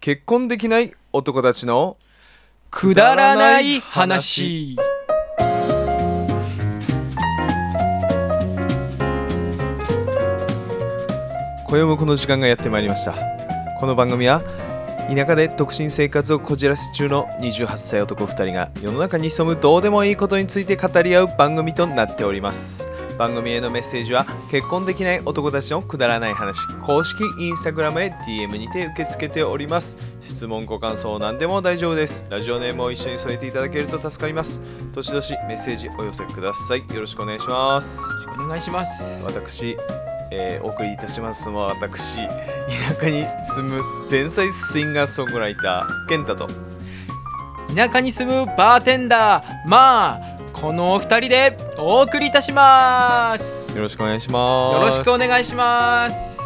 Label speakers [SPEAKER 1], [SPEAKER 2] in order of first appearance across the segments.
[SPEAKER 1] 結婚できない男たちの
[SPEAKER 2] くだらない話
[SPEAKER 1] 今夜もこの時間がやってまいりましたこの番組は田舎で独身生活をこじらせ中の28歳男2人が世の中に潜むどうでもいいことについて語り合う番組となっております番組へのメッセージは結婚できない男たちのくだらない話公式インスタグラムへ DM にて受け付けております質問ご感想何でも大丈夫ですラジオネームを一緒に添えていただけると助かりますどしどしメッセージお寄せくださいよろしくお願いします
[SPEAKER 2] よろしくお願いします
[SPEAKER 1] 私、えーお送りいたしますのは私田舎に住む天才シンガーソングライター健太と
[SPEAKER 2] 田舎に住むバーテンダーまあこのお二人でお送りいたします
[SPEAKER 1] よろしくお願いします
[SPEAKER 2] よろしくお願
[SPEAKER 1] い
[SPEAKER 2] いします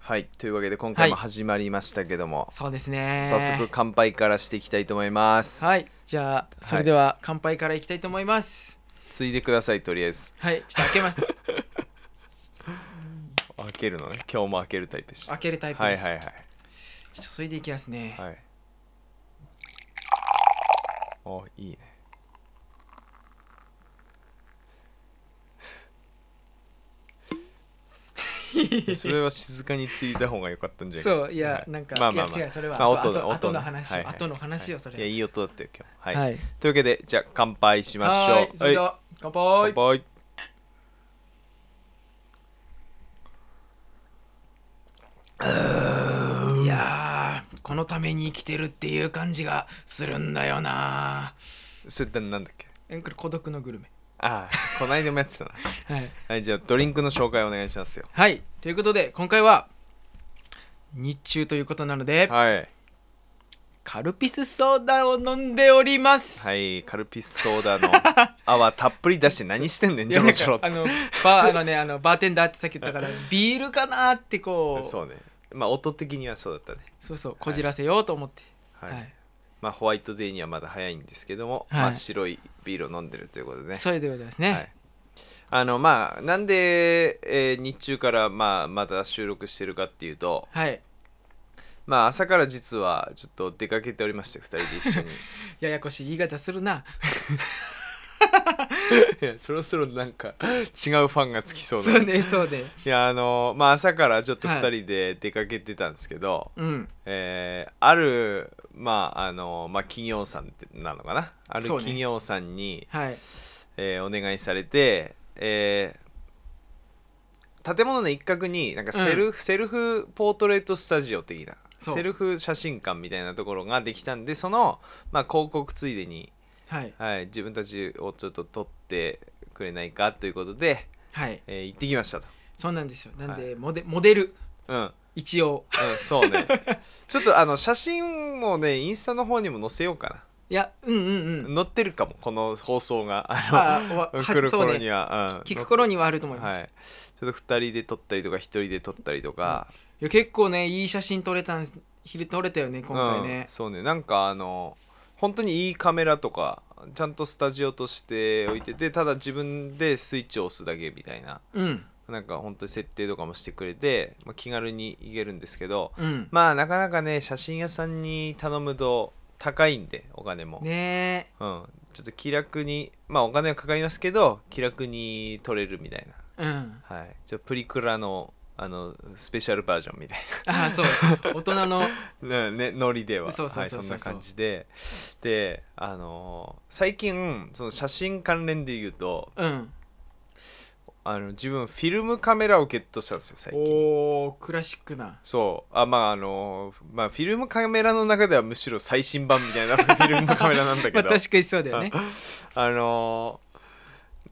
[SPEAKER 1] はいというわけで今回も始まりましたけども、
[SPEAKER 2] そうですね
[SPEAKER 1] 早速乾杯からしていきたいと思います、
[SPEAKER 2] はいじゃあそれでは乾杯からいきたいと思います
[SPEAKER 1] ついでくださいとりあえず
[SPEAKER 2] はいちょっと開けます
[SPEAKER 1] 開けるのね今日も開けるタイプでした
[SPEAKER 2] 開けるタイプ
[SPEAKER 1] はい
[SPEAKER 2] です、
[SPEAKER 1] はいはい
[SPEAKER 2] 注いでいきますね、
[SPEAKER 1] はいおいい ねそれは静かについた方が良かったんじゃない
[SPEAKER 2] そういや、
[SPEAKER 1] はい
[SPEAKER 2] なんか、
[SPEAKER 1] まあまあまあ
[SPEAKER 2] いや違うそれは、
[SPEAKER 1] まあ
[SPEAKER 2] 後
[SPEAKER 1] 音だ
[SPEAKER 2] 後
[SPEAKER 1] 音だ
[SPEAKER 2] 後の話、
[SPEAKER 1] はいはい
[SPEAKER 2] 後の話をそれ
[SPEAKER 1] いやいい音だったよ今日はい、
[SPEAKER 2] はい
[SPEAKER 1] というわけでじゃあ乾杯しましょ
[SPEAKER 2] はいうそれでは乾杯
[SPEAKER 1] 乾杯
[SPEAKER 2] いやーこのために生きてるっていう感じがするんだよな
[SPEAKER 1] それってなんだっけ
[SPEAKER 2] えこれ孤独のグルメ
[SPEAKER 1] ああこないだもやってたな
[SPEAKER 2] はい、
[SPEAKER 1] はいじゃあドリンクの紹介お願いしますよ
[SPEAKER 2] はい、ということで今回は日中ということなので、
[SPEAKER 1] はい
[SPEAKER 2] カルピスソーダを飲んでおります
[SPEAKER 1] はいカルピスソーダ の泡たっぷり出して何してんねん
[SPEAKER 2] い
[SPEAKER 1] ちょ
[SPEAKER 2] や
[SPEAKER 1] ろ
[SPEAKER 2] なん
[SPEAKER 1] ちょろ
[SPEAKER 2] か
[SPEAKER 1] っ
[SPEAKER 2] あ
[SPEAKER 1] て
[SPEAKER 2] のバーあのねあのバーテンダーってさっき言ったからビールかなってこう
[SPEAKER 1] そうねまあ音的にはそうだったね
[SPEAKER 2] そうそうこじらせようと思って
[SPEAKER 1] はい、
[SPEAKER 2] はい
[SPEAKER 1] まあホワイトデーにはまだ早いんですけども、
[SPEAKER 2] はい
[SPEAKER 1] まあ白いビールを飲んでるということでね
[SPEAKER 2] そういうことですね、
[SPEAKER 1] はいあのまあなんで、えー日中からまあまだ収録してるかっていうと
[SPEAKER 2] はい。
[SPEAKER 1] まあ朝から実はちょっと出かけておりまして2人で一緒に
[SPEAKER 2] ややこしい言い方するな。
[SPEAKER 1] いやそろそろなんか違うファンがつきそう
[SPEAKER 2] そうね、そうね。
[SPEAKER 1] いやあのまあ朝からちょっと
[SPEAKER 2] はい
[SPEAKER 1] 2人で出かけてたんですけど、
[SPEAKER 2] うん。
[SPEAKER 1] えーあるまああのまあ企業さんってなのかなある
[SPEAKER 2] そうね
[SPEAKER 1] 企業さんに、
[SPEAKER 2] はい。
[SPEAKER 1] えーお願いされて、えー建物の一角になんかセルフ、セルフポートレートスタジオ的な
[SPEAKER 2] そう
[SPEAKER 1] セルフ写真館みたいなところができたんでその、まあ、広告ついでに、
[SPEAKER 2] はい。
[SPEAKER 1] はい、自分たちをちょっと撮ってくれないかということで、
[SPEAKER 2] はい。
[SPEAKER 1] えー行ってきましたと。
[SPEAKER 2] そうなんですよ。なんで、
[SPEAKER 1] は
[SPEAKER 2] モデモデル、
[SPEAKER 1] うん
[SPEAKER 2] 一応。
[SPEAKER 1] うん、そう ねちょっとあの写真もねインスタの方にも載せようか
[SPEAKER 2] いや、うんうんう。
[SPEAKER 1] なん 載ってるかもこの放送があ
[SPEAKER 2] ああ、
[SPEAKER 1] の
[SPEAKER 2] わ
[SPEAKER 1] 来る
[SPEAKER 2] そう
[SPEAKER 1] 頃に
[SPEAKER 2] ね。
[SPEAKER 1] は、うん、
[SPEAKER 2] 聞く頃にはあると思います。
[SPEAKER 1] はいい、ちょっと2人で撮ったりとか1人で撮ったりとか、
[SPEAKER 2] や結構ね、いい写真撮れたんす、昼撮れたよね、今回
[SPEAKER 1] う
[SPEAKER 2] ね
[SPEAKER 1] ん。そうねなんかあの本当にいいカメラとかちゃんとスタジオとして置いててただ自分でスイッチを押すだけみたいな
[SPEAKER 2] うん。
[SPEAKER 1] なんか本当に設定とかもしてくれて、まあ、気軽に行けるんですけど
[SPEAKER 2] うん。
[SPEAKER 1] まあなかなかね写真屋さんに頼むと高いんでお金も、
[SPEAKER 2] ね
[SPEAKER 1] うん、ちょっと気楽にまあお金はかかりますけど気楽に撮れるみたいな
[SPEAKER 2] え。うん。
[SPEAKER 1] はい、ちょプリクラのあのスペシャルバージョンみたい
[SPEAKER 2] ああ、そう。大人の。
[SPEAKER 1] な、 ね、ノリでは
[SPEAKER 2] そうそうそうそう
[SPEAKER 1] はい、そんな感じでで、あのー最近その写真関連で言うと
[SPEAKER 2] うん。
[SPEAKER 1] あの自分フィルムカメラをゲットしたんですよ最近
[SPEAKER 2] おお、クラシックな。
[SPEAKER 1] そうあまああのーまあ、フィルムカメラの中ではむしろ最新版みたいな フィルムカメラなんだけ
[SPEAKER 2] まあ、
[SPEAKER 1] ど、
[SPEAKER 2] 確かにそうだよね。
[SPEAKER 1] あの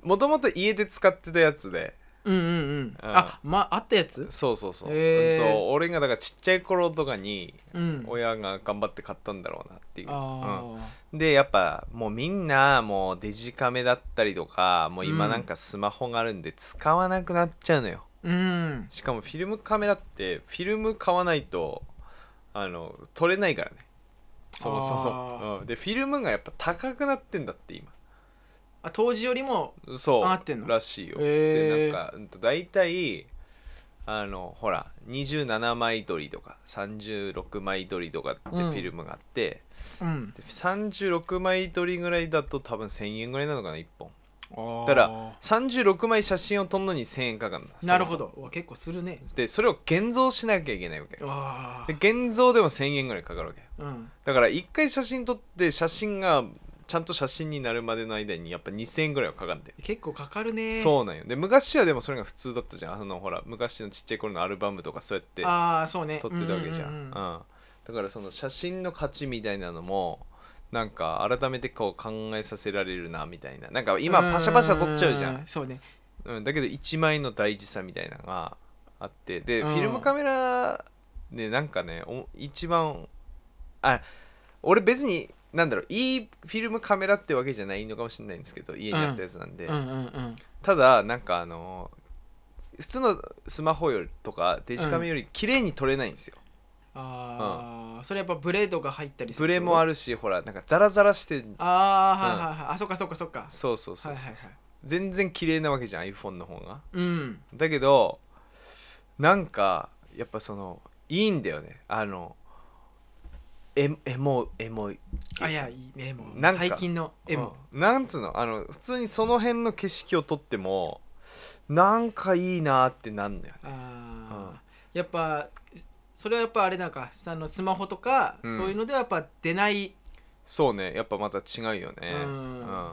[SPEAKER 1] もともと家で使ってたやつで
[SPEAKER 2] うんうんうん。あ、まあ、あったやつ。
[SPEAKER 1] そうそうそう、
[SPEAKER 2] へ
[SPEAKER 1] う
[SPEAKER 2] ー
[SPEAKER 1] んと俺がだからちっちゃい頃とかに
[SPEAKER 2] うん。
[SPEAKER 1] 親が頑張って買ったんだろうなっていう、
[SPEAKER 2] ああ。
[SPEAKER 1] うんでやっぱもうみんなもうデジカメだったりとかもう今なんかスマホがあるんで使わなくなっちゃうのよ
[SPEAKER 2] うん。
[SPEAKER 1] しかもフィルムカメラってフィルム買わないとあの撮れないからねそもそ
[SPEAKER 2] あ
[SPEAKER 1] も、うんでフィルムがやっぱ高くなってんだって今
[SPEAKER 2] あ当時よりも
[SPEAKER 1] そ
[SPEAKER 2] 上がってん
[SPEAKER 1] う
[SPEAKER 2] の
[SPEAKER 1] らしいよ、
[SPEAKER 2] へー
[SPEAKER 1] でなんかうんと大体あのほら27枚撮りとか36枚撮りとかってフ
[SPEAKER 2] うん
[SPEAKER 1] ィルムがあって、
[SPEAKER 2] うん
[SPEAKER 1] で36枚撮りぐらいだと多分1000円ぐらいなのかな1本
[SPEAKER 2] あ
[SPEAKER 1] だから36枚写真を撮るのに1000円かかるの
[SPEAKER 2] なるほ
[SPEAKER 1] そも
[SPEAKER 2] どうわ結構するね
[SPEAKER 1] そもでそれを現像しなきゃいけないわけよ
[SPEAKER 2] あ
[SPEAKER 1] で現像でも1000円ぐらいかかるわけよ
[SPEAKER 2] あうん
[SPEAKER 1] だから1回写真撮って写真がちゃんと写真になるまでの間にやっぱ2000円ぐらいはかかんだよ
[SPEAKER 2] 結構かかるね
[SPEAKER 1] そうなんよで昔はでもそれが普通だったじゃんあのほら昔のちっちゃい頃のアルバムとかそうやって
[SPEAKER 2] ああそうね
[SPEAKER 1] 撮ってたわけじゃん,、
[SPEAKER 2] う
[SPEAKER 1] うんん
[SPEAKER 2] うんうん
[SPEAKER 1] だからその写真の価値みたいなのもなんか改めてこう考えさせられるなみたいななんか今パシャパシャ撮っちゃうじゃん、
[SPEAKER 2] そうね
[SPEAKER 1] うん、だけど1枚の大事さみたいなのがあってで、
[SPEAKER 2] うん
[SPEAKER 1] フィルムカメラでなんかねお一番あ俺別になんだろういいフィルムカメラってわけじゃないのかもしれないんですけど家にあったやつなんで、
[SPEAKER 2] うんうんうん
[SPEAKER 1] ただなんかあの普通のスマホよりとかデジカメより綺麗に撮れないんですよ、
[SPEAKER 2] ああそれやっぱブレードが入ったりす
[SPEAKER 1] ブ
[SPEAKER 2] る
[SPEAKER 1] レもあ
[SPEAKER 2] る
[SPEAKER 1] るしほらなんかザラザラして
[SPEAKER 2] ああはいはいはいあそっかそっかそっか
[SPEAKER 1] そうそうそ
[SPEAKER 2] は
[SPEAKER 1] う
[SPEAKER 2] い
[SPEAKER 1] そう、
[SPEAKER 2] はいはい
[SPEAKER 1] 全然綺麗なわけじゃん iPhone の方が
[SPEAKER 2] うん
[SPEAKER 1] だけどなんかやっぱそのいいんだよねあのエエモエモい
[SPEAKER 2] あいやいいねもう
[SPEAKER 1] なんか
[SPEAKER 2] 最近の絵も
[SPEAKER 1] うんなんつうのあの普通にその辺の景色を撮ってもなんかいいなってなんのよね
[SPEAKER 2] ああやっぱそれはやっぱあれなんかあのスマホとか
[SPEAKER 1] うん
[SPEAKER 2] そういうのではやっぱ出ない
[SPEAKER 1] そうねやっぱまた違うよね
[SPEAKER 2] うん
[SPEAKER 1] うん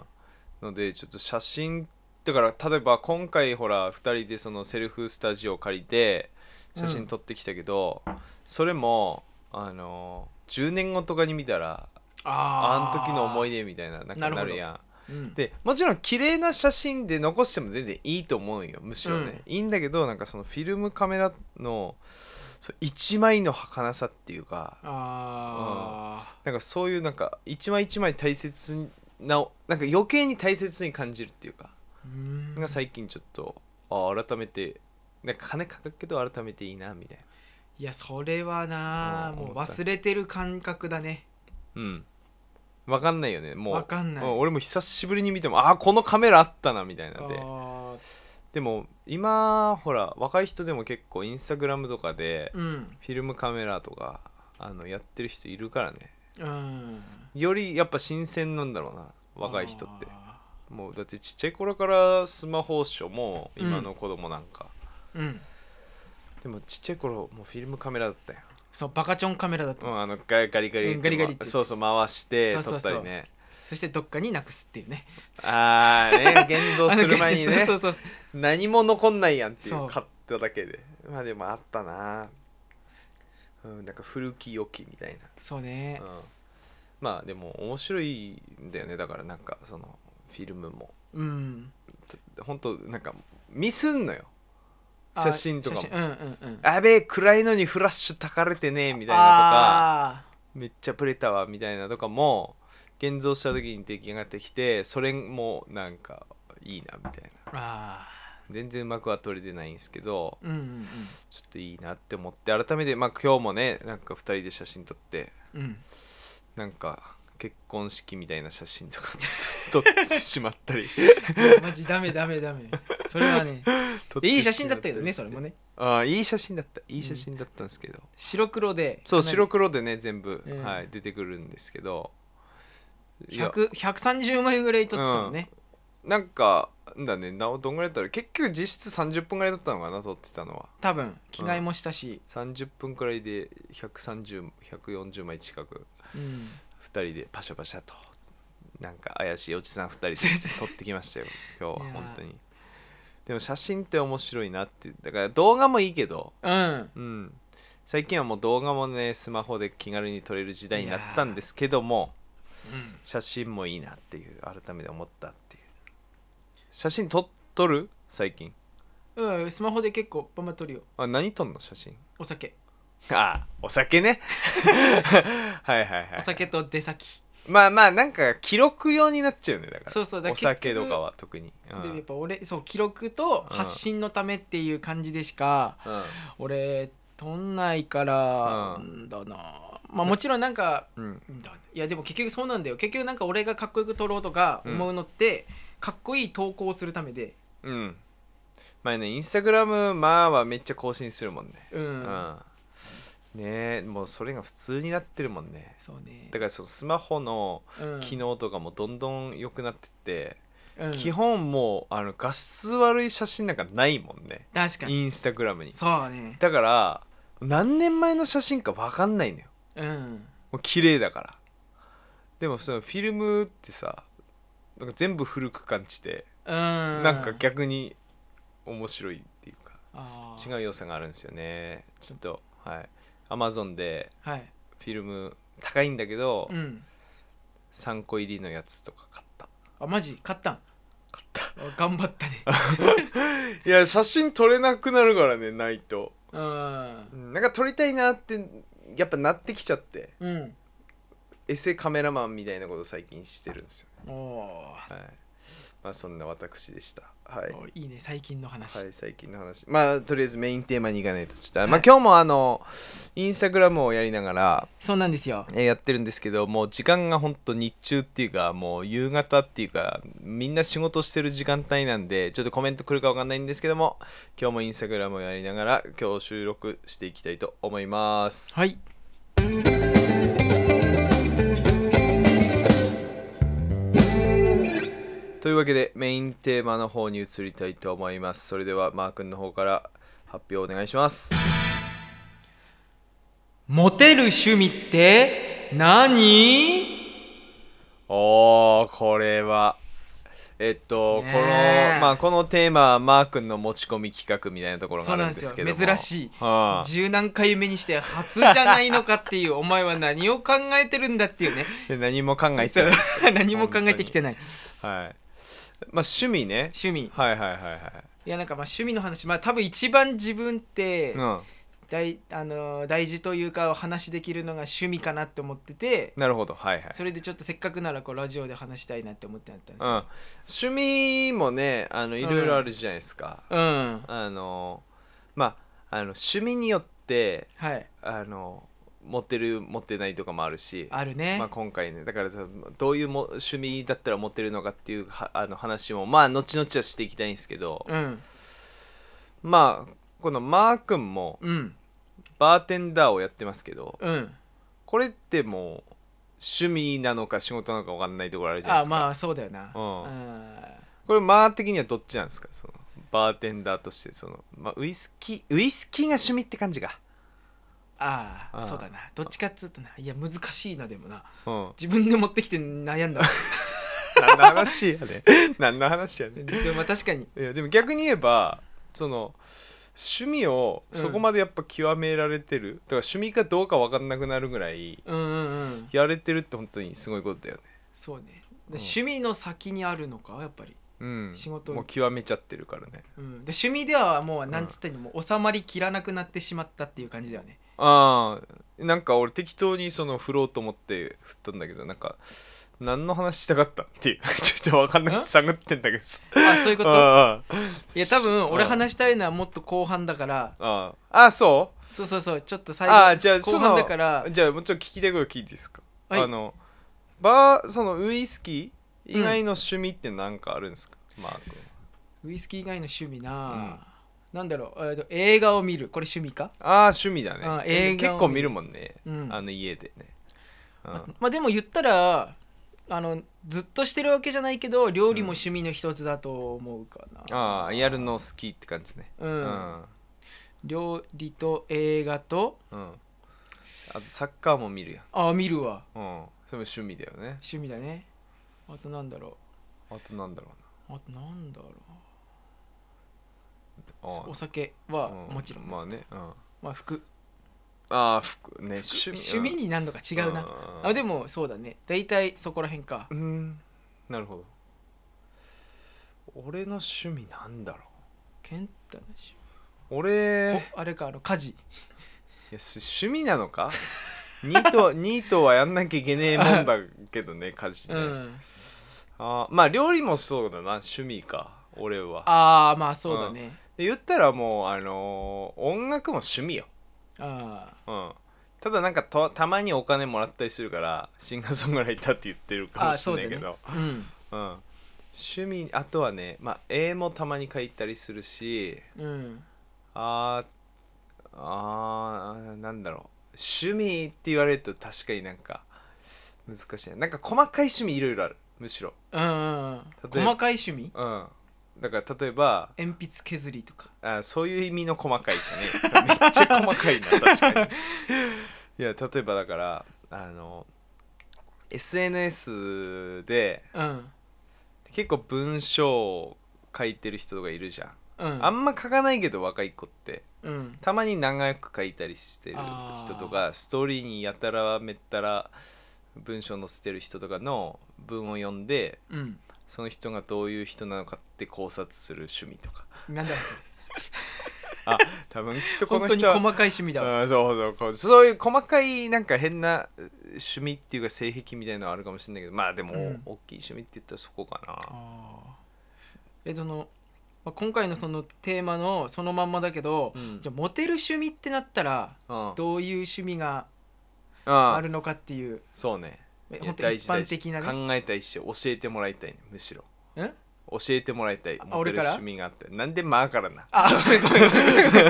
[SPEAKER 1] のでちょっと写真だから例えば今回ほら2人でそのセルフスタジオ借りて写真撮ってきたけど、それもあの10年後とかに見たらあ
[SPEAKER 2] ー
[SPEAKER 1] の時の思い出みたいななんかなるやん
[SPEAKER 2] うん
[SPEAKER 1] でもちろん綺麗な写真で残しても全然いいと思うよむしろね、いいんだけどなんかそのフィルムカメラのそう一枚の儚さっていうか
[SPEAKER 2] あ
[SPEAKER 1] なんかそういうなんか一枚一枚大切ななんか余計に大切に感じるっていうか、
[SPEAKER 2] あうん
[SPEAKER 1] が最近ちょっとあ改めてなんか金かかるけど改めていいなみたいない
[SPEAKER 2] やそれはなあ
[SPEAKER 1] うん
[SPEAKER 2] もう
[SPEAKER 1] 思った
[SPEAKER 2] 忘れてる感覚だね
[SPEAKER 1] うんわかんないよねもう
[SPEAKER 2] わかんない
[SPEAKER 1] うん俺も久しぶりに見てもああこのカメラあったなみたいなんで
[SPEAKER 2] あー
[SPEAKER 1] でも今ほら若い人でも結構インスタグラムとかで
[SPEAKER 2] うん
[SPEAKER 1] フィルムカメラとかあのやってる人いるからね
[SPEAKER 2] うん
[SPEAKER 1] よりやっぱ新鮮なんだろうな若い人って
[SPEAKER 2] あ
[SPEAKER 1] もうだってちっちゃい頃からスマホっしょもう
[SPEAKER 2] うん
[SPEAKER 1] 今の子供なんか、
[SPEAKER 2] ーうん
[SPEAKER 1] でもちっちゃい頃もうフィルムカメラだったよ、
[SPEAKER 2] そうバカチョンカメラだと
[SPEAKER 1] うん、あのガリガリガリ
[SPEAKER 2] うんガリガリって
[SPEAKER 1] そうそう回して
[SPEAKER 2] そうそ
[SPEAKER 1] 撮
[SPEAKER 2] う
[SPEAKER 1] っ
[SPEAKER 2] そう
[SPEAKER 1] たりね
[SPEAKER 2] そしてどっかになくすっていうね
[SPEAKER 1] ああね現像する前にね
[SPEAKER 2] そうそうそう
[SPEAKER 1] 何も残んないやんってい
[SPEAKER 2] そう
[SPEAKER 1] う買っただけでまあでもあったなうんなんか古き良きみたい
[SPEAKER 2] そうね
[SPEAKER 1] な、うん、まあでも面白いんだよねだからなんかそのフィルムも
[SPEAKER 2] うん
[SPEAKER 1] 本当なんかミスんのよ
[SPEAKER 2] あ
[SPEAKER 1] 写真とかも
[SPEAKER 2] 写真うんうんうん
[SPEAKER 1] あべえ暗いのにフラッシュたかれてねみたいなとか
[SPEAKER 2] あ
[SPEAKER 1] めっちゃプレたわみたいなとかも現像した時に出来上がってきてそれもなんかいいなみたいな
[SPEAKER 2] ーあ
[SPEAKER 1] 全然うまくは撮れてないんですけど
[SPEAKER 2] ーうんうん
[SPEAKER 1] ちょっといいなって思って改めてまあ今日もねなんか2人で写真撮って
[SPEAKER 2] うんうん
[SPEAKER 1] なんか結婚式みたいな写真とか 撮ってしまったり
[SPEAKER 2] マジダメダメダメそれは ね
[SPEAKER 1] 撮ってしまりして
[SPEAKER 2] いい写真だったよねそれもね
[SPEAKER 1] ああいい写真だったいい写真だったんですけど、
[SPEAKER 2] 白黒で
[SPEAKER 1] そう
[SPEAKER 2] かなり
[SPEAKER 1] 白黒でね全部、
[SPEAKER 2] ええ
[SPEAKER 1] はい、出てくるんですけどいや
[SPEAKER 2] 100 130枚ぐらい撮ってたのね、
[SPEAKER 1] なんかなんだねなどんぐらいだったら結局実質30分ぐらいだったのかな撮ってたのは
[SPEAKER 2] 多分着替えもしたし、
[SPEAKER 1] 30分くらいで130140枚近く
[SPEAKER 2] うん
[SPEAKER 1] 2人でパシャパシャとなんか怪しいおじさん2人で
[SPEAKER 2] そうそうそ
[SPEAKER 1] 撮
[SPEAKER 2] う
[SPEAKER 1] ってきましたよ今日
[SPEAKER 2] い
[SPEAKER 1] は
[SPEAKER 2] やー
[SPEAKER 1] 本当にでも写真って面白いなってだから動画もいいけど
[SPEAKER 2] うん
[SPEAKER 1] うん最近はもう動画もねスマホで気軽に撮れる時代になったんですけども写真もいいなっていう改めて思ったっていう写真撮撮る最近
[SPEAKER 2] うん、スマホで結構バンバン撮るよ
[SPEAKER 1] あ何撮んの写真
[SPEAKER 2] お酒
[SPEAKER 1] ああお酒 ねはいはいはい
[SPEAKER 2] お酒と出先、
[SPEAKER 1] まあまあなんか記録用になっちゃうねだから
[SPEAKER 2] そうそうだから
[SPEAKER 1] お酒
[SPEAKER 2] 結
[SPEAKER 1] と
[SPEAKER 2] 局
[SPEAKER 1] かは特に、うん
[SPEAKER 2] でやっぱ俺そう記録と発信のためっていう感じでしか、
[SPEAKER 1] うん
[SPEAKER 2] 俺撮んないから、、
[SPEAKER 1] うん
[SPEAKER 2] だなまあもちろんなんか
[SPEAKER 1] うん
[SPEAKER 2] だいやでも結局そうなんだよ結局なんか俺がかっこよく撮ろうとか思うのって、かっこいい投稿をするためで
[SPEAKER 1] うんまあねインスタグラムまあはめっちゃ更新するもんね
[SPEAKER 2] うん、
[SPEAKER 1] うんねえもうそれが普通になってるもんね
[SPEAKER 2] そうね
[SPEAKER 1] だからそのスマホの
[SPEAKER 2] うん
[SPEAKER 1] 機能とかもどんどん良くなってって、
[SPEAKER 2] うん
[SPEAKER 1] 基本もうあの画質悪い写真なんかないもんね
[SPEAKER 2] 確かに
[SPEAKER 1] インスタグラムに
[SPEAKER 2] そうね
[SPEAKER 1] だから何年前の写真か分かんないのよ
[SPEAKER 2] うん
[SPEAKER 1] もう綺麗だからでもそのフィルムってさなんか全部古く感じて、
[SPEAKER 2] うん
[SPEAKER 1] なんか逆に面白いっていうか
[SPEAKER 2] あー
[SPEAKER 1] 違う要素があるんですよねちょっとはいアマゾンで
[SPEAKER 2] はい
[SPEAKER 1] フィルム高いんだけど、
[SPEAKER 2] うん
[SPEAKER 1] 3個入りのやつとか買った
[SPEAKER 2] あマジ買ったん買った頑張ったね
[SPEAKER 1] いや写真撮れなくなるからねないと
[SPEAKER 2] うん
[SPEAKER 1] うんなんか撮りたいなってやっぱなってきちゃって
[SPEAKER 2] うん
[SPEAKER 1] エセカメラマンみたいなこと最近してるんですよ
[SPEAKER 2] おー
[SPEAKER 1] はいまあそんな私でしたはい
[SPEAKER 2] おいいね最近の話、
[SPEAKER 1] はい、最近の話まあとりあえずメインテーマにいかないとちょっと、
[SPEAKER 2] はい
[SPEAKER 1] まあ今日もあのインスタグラムをやりながら、
[SPEAKER 2] そうなんですよ
[SPEAKER 1] えーやってるんですけどもう時間が本当日中っていうかもう夕方っていうかみんな仕事してる時間帯なんでちょっとコメント来るかわかんないんですけども今日もインスタグラムをやりながら今日収録していきたいと思います、
[SPEAKER 2] はい
[SPEAKER 1] というわけでメインテーマの方に移りたいと思いますそれではマー君の方から発表お願いします
[SPEAKER 2] モテる趣味って何
[SPEAKER 1] おーこれはえっと、
[SPEAKER 2] ね
[SPEAKER 1] こ
[SPEAKER 2] え
[SPEAKER 1] のまあこのテーマはマー君の持ち込み企画みたいなところが
[SPEAKER 2] そ
[SPEAKER 1] あ
[SPEAKER 2] うな
[SPEAKER 1] る
[SPEAKER 2] ん
[SPEAKER 1] ん
[SPEAKER 2] で
[SPEAKER 1] ですす
[SPEAKER 2] よ
[SPEAKER 1] けども
[SPEAKER 2] 珍しい
[SPEAKER 1] はあ
[SPEAKER 2] 十何回目にして初じゃないのかっていうお前は何を考えてるんだってい うね
[SPEAKER 1] で何も考えてない、
[SPEAKER 2] そう何も考えてきてない
[SPEAKER 1] はい、まあ趣味ね
[SPEAKER 2] 趣味
[SPEAKER 1] はいはいはいはい
[SPEAKER 2] いやなんかまあ趣味の話まあ多分一番自分って
[SPEAKER 1] うん
[SPEAKER 2] 大,、あのー大事というかお話しできるのが趣味かなって思ってて
[SPEAKER 1] なるほどはいはい
[SPEAKER 2] それでちょっとせっかくならこうラジオで話したいなって思ってなったんです
[SPEAKER 1] うん
[SPEAKER 2] よ、、
[SPEAKER 1] 趣味もねあのいろいろあるじゃないですか、
[SPEAKER 2] うん
[SPEAKER 1] あのまああの趣味によって
[SPEAKER 2] はい
[SPEAKER 1] あの持ってる持ってないとかもあるし
[SPEAKER 2] あるね、
[SPEAKER 1] まあ、今回ねだからそのどういうも趣味だったら持ってるのかっていうはあの話もまあ後々はしていきたいんですけど、
[SPEAKER 2] うん
[SPEAKER 1] まあこのマー君も
[SPEAKER 2] うん
[SPEAKER 1] バーテンダーをやってますけど
[SPEAKER 2] うん
[SPEAKER 1] これってもう趣味なのか仕事なのか分かんないところあるじゃない
[SPEAKER 2] あ
[SPEAKER 1] ですか
[SPEAKER 2] まあそうだよな
[SPEAKER 1] うん
[SPEAKER 2] うん
[SPEAKER 1] これマー的にはどっちなんですかそのバーテンダーとしてその、まあ、ウイスキーウイスキーが趣味って感じか、
[SPEAKER 2] ああ
[SPEAKER 1] うん
[SPEAKER 2] そうだなどっちかっつうとないや難しいなでもな
[SPEAKER 1] うん、
[SPEAKER 2] 自分で持ってきて悩 んだわ
[SPEAKER 1] 何の話やね何の話やね
[SPEAKER 2] でもまあ確かに
[SPEAKER 1] いやでも逆に言えばその趣味をそこまでやっぱ極められてる、だから趣味かどうか分かんなくなるぐらい
[SPEAKER 2] うんうんうん
[SPEAKER 1] やれてるって本当にすごいことだよね
[SPEAKER 2] そうねで趣味の先にあるのかやっぱり、
[SPEAKER 1] うん
[SPEAKER 2] 仕事
[SPEAKER 1] もう極めちゃってるからね
[SPEAKER 2] うん、で趣味ではもうなんつったにもう収まりきらなくなってしまったっていう感じだよね
[SPEAKER 1] ああなんか俺適当にその振ろうと思って振ったんだけどなんか何の話したかったっていう ちょっと分かんなくて
[SPEAKER 2] ん
[SPEAKER 1] 探ってんだけどさ
[SPEAKER 2] あそういうこと
[SPEAKER 1] ああ
[SPEAKER 2] いや多分俺
[SPEAKER 1] うん
[SPEAKER 2] 話したいのはもっと後半だから
[SPEAKER 1] あああそう
[SPEAKER 2] そうそうそうちょっと最後
[SPEAKER 1] ああじゃあ
[SPEAKER 2] 後
[SPEAKER 1] そ
[SPEAKER 2] 半
[SPEAKER 1] の
[SPEAKER 2] だから
[SPEAKER 1] じゃあもうちょっと聞きたいこと聞いていいですか
[SPEAKER 2] はい
[SPEAKER 1] あのバーそのウイスキー以外の趣味って何かあるんですか、マー君
[SPEAKER 2] ウイスキー以外の趣味な、なんだろう、えーと映画を見るこれ趣味か、
[SPEAKER 1] ああ趣味だね
[SPEAKER 2] あ映画を
[SPEAKER 1] 結構見るもんね、
[SPEAKER 2] うん
[SPEAKER 1] あの家でね、うん
[SPEAKER 2] まあでも言ったらあのずっとしてるわけじゃないけど料理も趣味の一つだと思うかな、
[SPEAKER 1] ああやるの好きって感じね
[SPEAKER 2] うん
[SPEAKER 1] う
[SPEAKER 2] 料理と映画と
[SPEAKER 1] うんあとサッカーも見るやん
[SPEAKER 2] あ見るわ
[SPEAKER 1] うんそれも趣味だよね
[SPEAKER 2] 趣味だねあとなんだろ
[SPEAKER 1] あとなんだろ
[SPEAKER 2] うあとなんだろ
[SPEAKER 1] うなあ
[SPEAKER 2] うお酒
[SPEAKER 1] あ
[SPEAKER 2] は
[SPEAKER 1] う
[SPEAKER 2] もちろん、ま
[SPEAKER 1] まあね、うん、あ
[SPEAKER 2] あ服
[SPEAKER 1] あ服ね趣味
[SPEAKER 2] 趣味に何度か違うな、あで
[SPEAKER 1] も
[SPEAKER 2] もそうだね大体そこら辺か
[SPEAKER 1] うんなるほど俺の趣味なんだろ
[SPEAKER 2] 健太の趣
[SPEAKER 1] う俺
[SPEAKER 2] 味こあれかあの家事
[SPEAKER 1] いやし趣味なのか ニートニートはやんなきゃいけねえもんだけどね家事
[SPEAKER 2] う
[SPEAKER 1] ね、
[SPEAKER 2] ん
[SPEAKER 1] あーまあ料理もそうだな趣味か俺は
[SPEAKER 2] ああまあそうだね
[SPEAKER 1] で言ったらもうあのー音楽も趣味よ、
[SPEAKER 2] あ
[SPEAKER 1] うん、ただなんかとたまにお金もらったりするからシンガーソングライターって言ってるかもしれないけど
[SPEAKER 2] あうん
[SPEAKER 1] う、ん、趣味あとはね、まあ、絵もたまに描いたりするし
[SPEAKER 2] うん
[SPEAKER 1] あーあーなんだろう趣味って言われると確かになんか難しいななんか細かい趣味いろいろあるむしろ
[SPEAKER 2] うんうんうん
[SPEAKER 1] 例えば
[SPEAKER 2] 細かい趣味
[SPEAKER 1] うんだから例えば
[SPEAKER 2] 鉛筆削りとか
[SPEAKER 1] あーそういう意味の細かいじゃねえめっちゃ細かいな確かにいや例えばだからあの SNS で
[SPEAKER 2] うん
[SPEAKER 1] 結構文章を書いてる人がいるじゃん、
[SPEAKER 2] うん
[SPEAKER 1] あんま書かないけど若い子って
[SPEAKER 2] うん
[SPEAKER 1] たまに長く書いたりしてる
[SPEAKER 2] あー
[SPEAKER 1] 人とかストーリーにやたらめったら文章載せてる人とかの文を読んで
[SPEAKER 2] うん
[SPEAKER 1] その人がどういう人なのかって考察する趣味とか
[SPEAKER 2] なんだよ
[SPEAKER 1] あ 多分きっとこの
[SPEAKER 2] 本当に
[SPEAKER 1] 人
[SPEAKER 2] 細
[SPEAKER 1] は
[SPEAKER 2] かい趣味だわ
[SPEAKER 1] うんそうそうこうそういう細かいなんか変なう趣味っていうか性癖みたいなのはあるかもしれないけどまあでも、
[SPEAKER 2] うん
[SPEAKER 1] 大きい趣味って言ったらそこかな
[SPEAKER 2] あーえそのまあ今回のそのテーマのそのまんまだけど、
[SPEAKER 1] うん
[SPEAKER 2] じゃあモテる趣味ってなったら
[SPEAKER 1] うん
[SPEAKER 2] どういう趣味が
[SPEAKER 1] うん
[SPEAKER 2] あるのかっていう、
[SPEAKER 1] そうね
[SPEAKER 2] え
[SPEAKER 1] いや
[SPEAKER 2] 本当
[SPEAKER 1] 大
[SPEAKER 2] 一
[SPEAKER 1] 事
[SPEAKER 2] 般的な
[SPEAKER 1] 大事
[SPEAKER 2] ね
[SPEAKER 1] 考えたいし教えてもらいたいねむしろ
[SPEAKER 2] うん
[SPEAKER 1] 教えてもらいたい持って
[SPEAKER 2] 俺
[SPEAKER 1] る
[SPEAKER 2] から
[SPEAKER 1] 趣味があってなんでマーからな
[SPEAKER 2] あごめんごめんごめんごめん